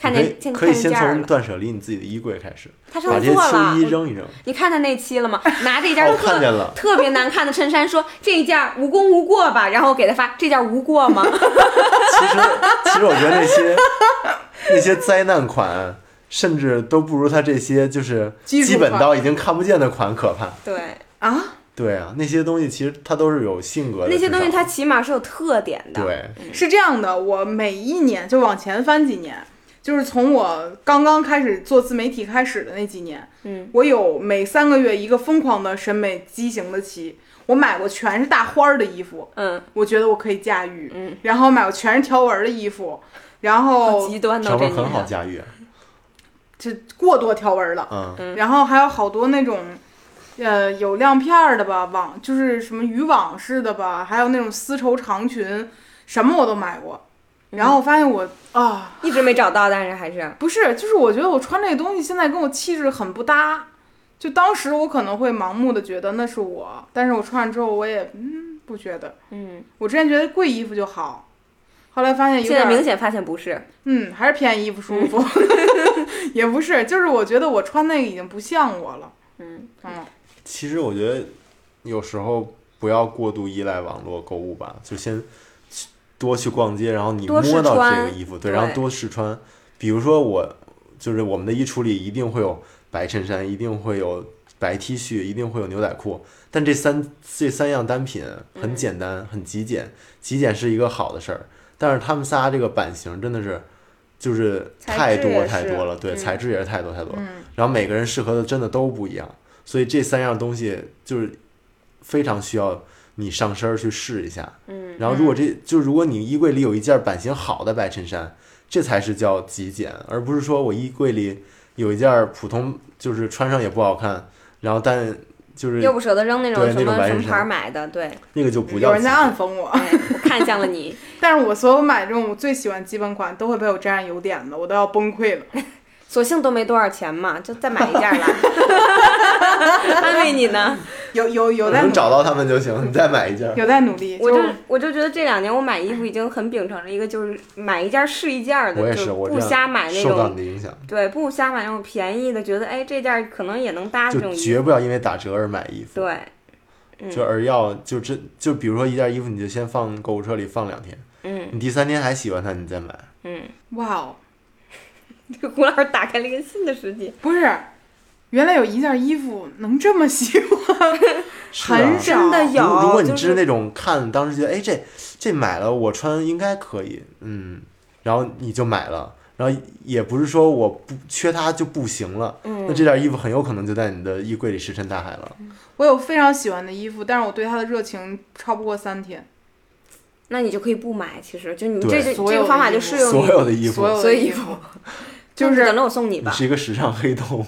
B: 看
C: 你
B: 见
C: 可
B: 见
C: 以可以
B: 看见
C: 先
B: 件儿
C: 从
B: 了，
C: 断舍离你自己的衣柜开始，
B: 他上
C: 把这
B: 次
C: 些
B: 做
C: 秋
B: 了
C: 衣，扔一扔。
B: 你看他那期 了吗？拿着一件
C: 哦，看
B: 特
C: 见了，
B: 特别难看的衬衫，说这一件儿无功无过吧，然后我给他发这件儿无过 吗？
C: 其实其实我觉得那些那些灾难款，甚至都不如它这些就是
A: 基础
C: 基本
A: 款
C: 到已经看不见的款可怕。
B: 对，
A: 啊，
C: 对啊，那些东西其实它都是有性格的，
B: 那些东西
C: 至少
B: 它起码是有特点的。
C: 对
A: 是这样的，我每一年就往前翻几年，就是从我刚刚开始做自媒体开始的那几年，
B: 嗯，
A: 我有每三个月一个疯狂的审美畸形的期，我买过全是大花儿的衣服，
B: 嗯，
A: 我觉得我可以驾驭，
B: 嗯，
A: 然后买过全是条纹儿的衣服，然
B: 好
A: 后
B: 极端的
C: 条
B: 这
C: 纹
B: 女
C: 很好
B: 的，
C: 驾驭啊，
A: 就过多条纹儿了，
C: 嗯，
B: 嗯
A: 然后还有好多那种，呃，有亮片儿的吧，网就是什么渔网式的吧，还有那种丝绸长裙，什么我都买过。
B: 嗯
A: 然后我发现我啊，
B: 一直没找到，但是还是
A: 不是，就是我觉得我穿这个东西现在跟我气质很不搭。就当时我可能会盲目的觉得那是我，但是我穿上之后我也嗯不觉得。
B: 嗯，
A: 我之前觉得贵衣服就好，后来发现有
B: 现
A: 点
B: 在
A: 儿
B: 明显发现不是，
A: 嗯，还是偏衣服舒服，
B: 嗯
A: 也不是，就是我觉得我穿那个已经不像我了。
B: 嗯
A: 嗯，
C: 其实我觉得有时候不要过度依赖网络购物吧，就先去多去逛街，然后你
B: 多试
C: 摸到这个
B: 穿
C: 衣服，
B: 对
C: 对，然后多试穿。比如说我，就是我们的衣橱里一定会有白衬衫，一定会有白 T 恤，一定会有牛仔裤，但这三这三样单品很简单，很极简，极简是一个好的事儿，但是他们仨这个版型真的是。就是
B: 材
C: 太
B: 质
C: 多
B: 也
C: 太
B: 是
C: 多了，对，
B: 嗯
C: 材质也是太多太多了，
A: 嗯
C: 然后每个人适合的真的都不一样，所以这三样东西就是非常需要你上身儿去试一下。
B: 嗯，
C: 然后如果这就如果你衣柜里有一件版型好的白衬衫，这才是叫极简，而不是说我衣柜里有一件普通就是穿上也不好看，然后但就是
B: 又不舍得扔那种
C: 对
B: 什
C: 那种
B: 么
C: 白
B: 什
C: 衬
B: 么
C: 衫
B: 牌儿买的，对，
C: 那个就不
A: 有
C: 叫
A: 人
C: 极
A: 在
C: 简。
A: 暗讽我，
B: 哎我看向了你，
A: 但是我所有买这种我最喜欢基本款都会被我沾上油点的，我都要崩溃了。
B: 索性都没多少钱嘛，就再买一件儿来， 安慰你呢。
A: 有有有在努
C: 能找到他们就行，你再买一件儿。
A: 有在努力，
B: 我
A: 就
B: 就我就觉得这两年我买衣服已经很秉承着一个就是买一件儿是一件儿的，
C: 我也，
B: 就是
C: 我
B: 不
C: 这
B: 瞎
C: 样
B: 买那
C: 受到你
B: 种，
C: 的影响，
B: 对，不瞎买那种便宜的，觉得哎这件儿可能也能搭这种
C: 就
B: 衣服，
C: 绝不要因为打折而买衣服。
B: 对，
A: 嗯
C: 就而要就这就比如说一件衣服，你就先放购物车里放两天，
B: 嗯
C: 你第三天还喜欢它，你再买。
B: 嗯，
A: 哇哦，
B: 这胡老师打开了一个新的世界。
A: 不是，原来有一件衣服能这么喜欢，
C: 是啊
A: 很少
B: 真的有
C: 如如果你
B: 就
C: 知
B: 是
C: 那种看，当时觉得哎这这买了我穿应该可以，嗯，然后你就买了，然后也不是说我不缺它就不行了，
A: 嗯
C: 那这件衣服很有可能就在你的衣柜里石沉大海了。
A: 我有非常喜欢的衣服，但是我对它的热情超不过三天。
B: 那你就可以不买，其实就你
C: 对
B: 这就
A: 所
B: 这
A: 有
B: 个
A: 的
B: 方法
A: 衣
B: 就
A: 服
B: 适用
C: 所
B: 于
C: 有的衣服
A: 所，有
B: 所
A: 的
B: 有
A: 衣
B: 衣服
A: 服， 就
B: 就是 等着我送你
C: 你
B: 吧。
C: 是一个时尚黑洞，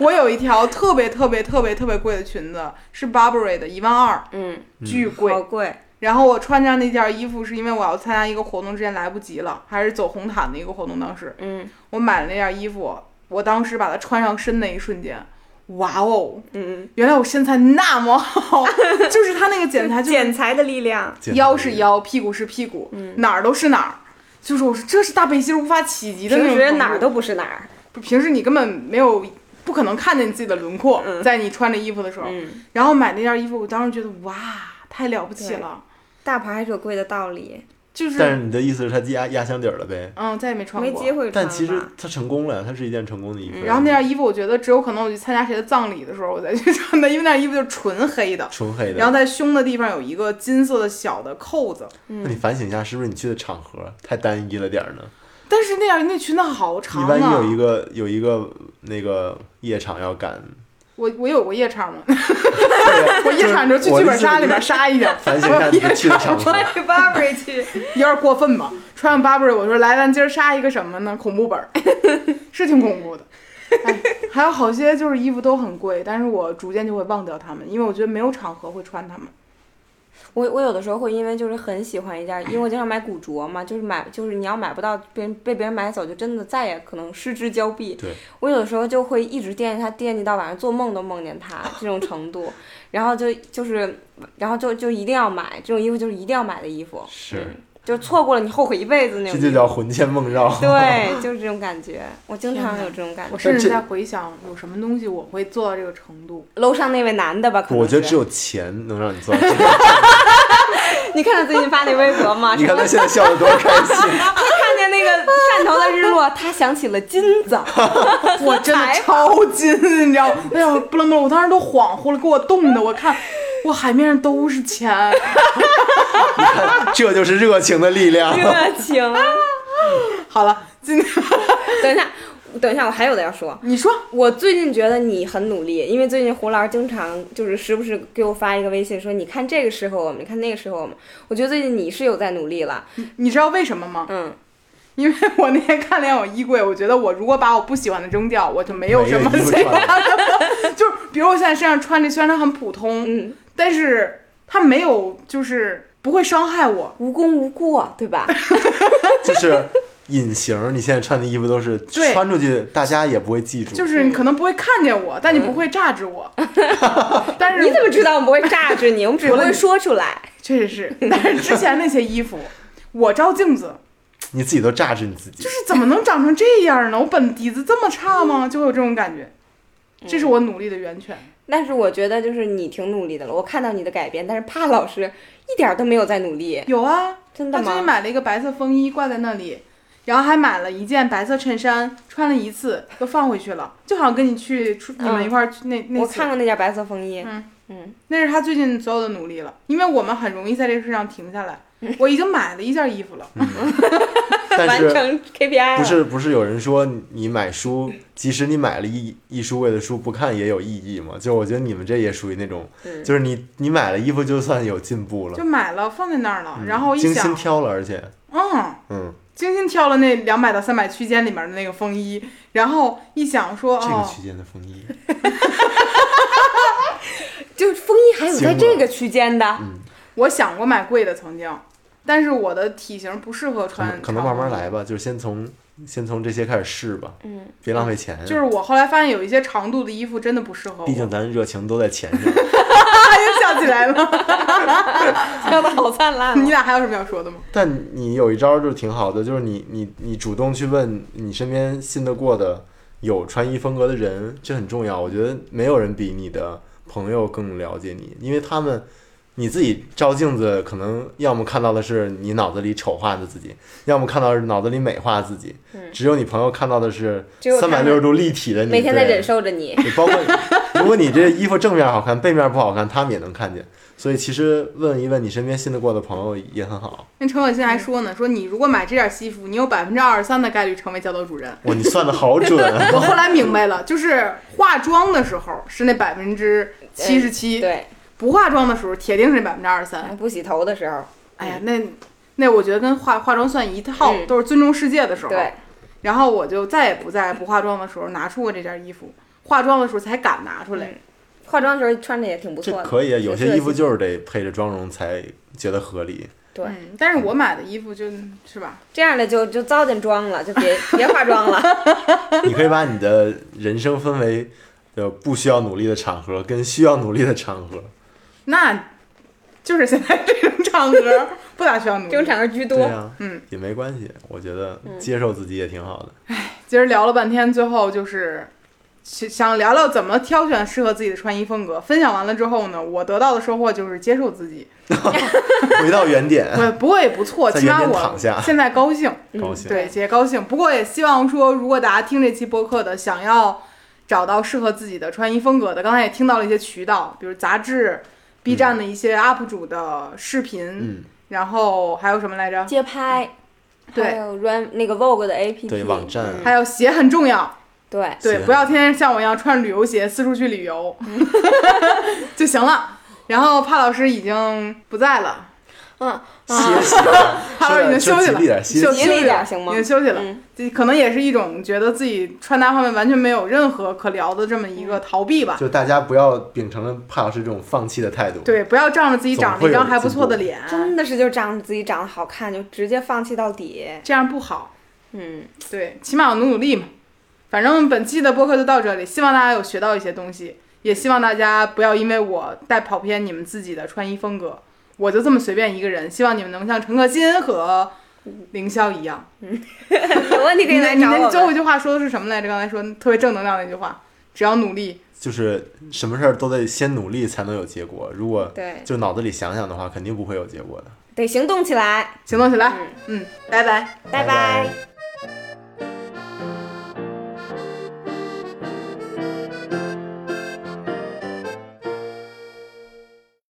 A: 我有一条特别特别特别特别贵的裙子，是 Burberry 的，一万二，
B: 嗯，
A: 巨贵。
B: 好贵，
A: 然后我穿上那件衣服，是因为我要参加一个活动，之前来不及了，还是走红毯的一个活动。当时
B: 嗯
A: 我买了那件衣服，我当时把它穿上身那一瞬间，哇哦！
B: 嗯，
A: 原来我身材那么 好，就是它那个剪 裁，就是
B: 剪裁的力量，
A: 腰是，腰，屁股是屁股，
B: 嗯
A: 哪儿都是哪儿。就是我说这是大背心无法企及的那
B: 平
A: 种
B: 时
A: 程
B: 哪儿
A: 度
B: 都不是哪儿。
A: 不平时你根本没有不可能看见你自己的轮廓，在你穿着衣服的时候，
B: 嗯，
A: 然后买那件衣服，我当时觉得哇，太了不起了，
B: 大牌还是有贵的道理，
A: 就
C: 但
A: 是
C: 是你的意思是它压压箱底儿了呗？
A: 嗯，再也没穿
B: 没
A: 过
B: 机。会穿
C: 但其实
B: 吧
C: 它成功了，它是一件成功的衣服。
A: 嗯然后那件衣服，我觉得只有可能我去参加谁的葬礼的时候，我再去穿的，因为那件衣服就是纯黑的，
C: 纯黑的，
A: 然后在胸的地方有一个金色的小的扣子。
C: 那你反省一下，是不是你去的场合太单一了点儿呢？
A: 但是那件那裙子好长
C: 你
A: 啊！
C: 万一有一个有一个那个夜场要赶，
A: 我我有过夜场吗？
C: 对 呀
A: 我夜场就是去剧本杀里面杀一点，
C: 反省一下 你去的场合。
B: 穿着 Burberry 去，
A: 有点过分吧？穿上 Burberry，我说来，咱今儿杀一个什么呢？恐怖本儿， 是挺恐怖的。哎，还有好些就是衣服都很贵，但是我逐渐就会忘掉它们，因为我觉得没有场合会穿它们。
B: 我我有的时候会因为就是很喜欢一件，因为我经常买古着嘛，就是买就是你要买不到，别人被别人买走，就真的再也可能失之交臂。
C: 对，
B: 我有的时候就会一直惦记它，惦记到晚上做梦都梦见它这种程度，然后就就是然后就就一定要买这种衣服，就是一定要买的衣服，
C: 是，
B: 就错过了你后悔一辈子那
C: 这
B: 种。
C: 就叫魂牵梦绕。
B: 对，就是这种感觉，我经常
A: 天哪
B: 有这种感
A: 我
B: 觉。
A: 甚至
C: 但
A: 在回想有什么东西我会做到这个程度。
B: 楼上那位男的吧，可能
C: 我觉得
B: 是
C: 只有钱能让你做到这个。
B: 你看他最近发那微博吗？
C: 你
B: 说
C: 看他现在笑得多开心，
B: 看见那个汕头的日落，他想起了金子。
A: 我真的超金， 你知道吗？哎呀，不楞不楞，我当时都恍惚了，给我冻的。我看，哇，海面上都是钱，
C: 这就是热情的力量。
B: 热情。
A: 好了，今天。
B: 等一下，等一下，我还有的要说
A: 你说
B: 我最近觉得你很努力，因为最近胡老师经常就是时不时给我发一个微信说，你看这个适合我们，你看那个适合我们。我觉得最近你是有在努力了，
A: 你知道为什么吗？
B: 嗯，
A: 因为我那天看了一眼我衣柜，我觉得我如果把我不喜欢的扔掉，我就没有什么
C: 没有衣服
A: 喜
C: 穿了
A: 欢的。就是比如我现在身上穿这，虽然它很普通，
B: 嗯，
A: 但是它没有就是不会伤害我。
B: 无功无过，对吧？
C: 就是隐形，你现在穿的衣服都是
A: 对
C: 穿出去，大家也不会记住。
A: 就是
B: 嗯
A: 你可能不会看见我，但你不会榨制 我。但是
B: 你怎么知道我们不会榨着你？我们只
A: 除了
B: 会
A: 你
B: 说出来。
A: 确实是，但是之前那些衣服，我照镜子
C: 你自己都榨制你自己。
A: 就是怎么能长成这样呢？我本底子这么差吗？就会有这种感觉，这
B: 嗯
A: 是我努力的源泉。
B: 但是我觉得就是你挺努力的了，我看到你的改变，但是帕老师一点儿都没有在努力，
A: 有啊，
B: 真的
A: 他最近
B: 吗？
A: 买了一个白色风衣挂在那里，然后还买了一件白色衬衫，穿了一次又放回去了，就好像跟你去出你们一块儿去那、那
B: 嗯我
A: 次
B: 看，过那件白色风衣，
A: 嗯
B: 嗯
A: 那是他最近所有的努力了，因为我们很容易在这个事上停下 来。我已经买了一件衣服了，
C: 但
B: 完
C: 是
B: 成 KPI 了。
C: 不是不是有人说你你买书，即使你买了一一书柜的书不看也有意义吗？就是我觉得你们这也属于那种，
B: 嗯
C: 就是你你买了衣服就算有进步了
A: 就，买了放在那儿了，
C: 嗯
A: 然后一
C: 精心
A: 想，
C: 挑了，而且
A: 嗯，
C: 嗯，
A: 精心挑了那两百到三百区间里面的那个风衣，然后一想说，
C: 这个
A: 哦，
C: 区间的风衣，
B: 就是风衣还有在这个区间的，
C: 嗯，
A: 我想过买贵的曾经，但是我的体型不适合
C: 可
A: 穿
C: 能，可能慢慢
A: 长风衣
C: 来吧，就是先从先从这些开始试吧，
B: 嗯，
C: 别浪费钱，
A: 就是我后来发现有一些长度的衣服真的不适合我，
C: 毕竟咱热情都在钱上，
A: 又笑起来 了。
B: 笑的好灿烂哦
A: 你。俩还有什么要说的吗？
C: 但你有一招就挺好的，就是你你你主动去问你身边信得过的有穿衣风格的人，这很重要。我觉得没有人比你的朋友更了解你，因为他们你自己照镜子，可能要么看到的是你脑子里丑化的自己，要么看到是脑子里美化自己。只有你朋友看到的是
B: 只有他
C: 三百
B: 们
C: 六十度立体的你，
B: 每天在
C: 对
B: 忍受着你。
C: 对包括如果你这衣服正面好看，背面不好看，他们也能看见。所以其实问一问你身边信得过的朋友也很好。
A: 那陈可辛还说呢，说你如果买这件西服，你有百分之二十三的概率成为教导主 任。
C: 哇，你算的好准 啊！
A: 我后来明白了，就是化妆的时候是那百分之七十七，
B: 对，嗯
A: 不化妆的时候铁定是百分之二十三。
B: 不洗头的时候，
A: 哎呀，那那我觉得跟化化妆算一套，
B: 嗯
A: 都是尊重世界的时候。
B: 对，
A: 然后我就再也不在不化妆的时候拿出过这件衣服，化妆的时候才敢拿出来。
B: 嗯化妆的时候穿着也挺不
C: 这
B: 错的。
C: 可以，啊，有
B: 色
C: 些
B: 系
C: 衣服就是得配着妆容才觉得合理。
B: 对
A: 嗯，但是我买的衣服就是吧，
B: 这样的就就糟践妆了，就别别化妆 了。
C: 你可以把你的人生分为呃不需要努力的场合跟需要努力的场合。
A: 那就是现在这种场合不咋需要努
B: 这种
A: 力。
B: 场合居
C: 对
B: 多，
C: 啊，
A: 嗯，
C: 也没关系，我觉得接受自己也挺好的。
A: 今儿聊了半天，最后就是想想聊聊怎么挑选适合自己的穿衣风格。分享完了之后呢，我得到的收获就是接受自己，
C: 回到原点，
A: 我不过也不错，
C: 哎在
A: 起码
C: 原点躺
A: 我
C: 下
A: 现在高兴。
C: 高兴。
A: 对，也高兴。不过也希望说，如果大家听这期播客的，想要找到适合自己的穿衣风格的，刚才也听到了一些渠道，比如杂志、B 站的一些 UP 主的视频，
C: 嗯，
A: 然后还有什么来着？
B: 街拍，
A: 对
B: 还有 run 那个 Vogue 的 APP，
C: 对网站
B: 嗯
A: 还有鞋很重要，
B: 对，
A: 对，
C: 鞋
A: 不要天天像我一样穿着旅游鞋四处去旅游 就行了。然后帕老师已经不在了，
B: 嗯，
C: 歇息啊，
A: 帕老师已经休
C: 说
A: 息
C: 吉
A: 了，
C: 利点，
A: 休
C: 歇息
A: 休
B: 吉利
A: 息
B: 点
A: 了
B: 行吗
A: 已经休息了。
B: 嗯
A: 这可能也是一种觉得自己穿搭方面完全没有任何可聊的这么一
C: 嗯
A: 个逃避吧。
C: 就大家不要秉承了帕老师这种放弃的态度。，
A: 对，不要仗着自己长了一张还不错的脸，
B: 真的是就长自己长得好看，就直接放弃到底。
A: 这样不好。
B: 嗯，
A: 对，起码我努努力嘛。反正本期的播客就到这里，希望大家有学到一些东西，也希望大家不要因为我带跑偏你们自己的穿衣风格。我就这么随便一个人，希望你们能像陈可辛和凌霄一样。
B: 有问题可以
A: 你那
B: 来
A: 你
B: 找
A: 那
B: 我
A: 最后
B: 们。
A: 一句话说的是什么来着？刚才说特别正能量那句话，只要努力，
C: 就是什么事儿都得先努力才能有结果。如果
B: 对
C: 就脑子里想想的话，肯定不会有结果的。
B: 得行动起来，
A: 行动起来。嗯，拜拜。
B: 拜
C: 拜拜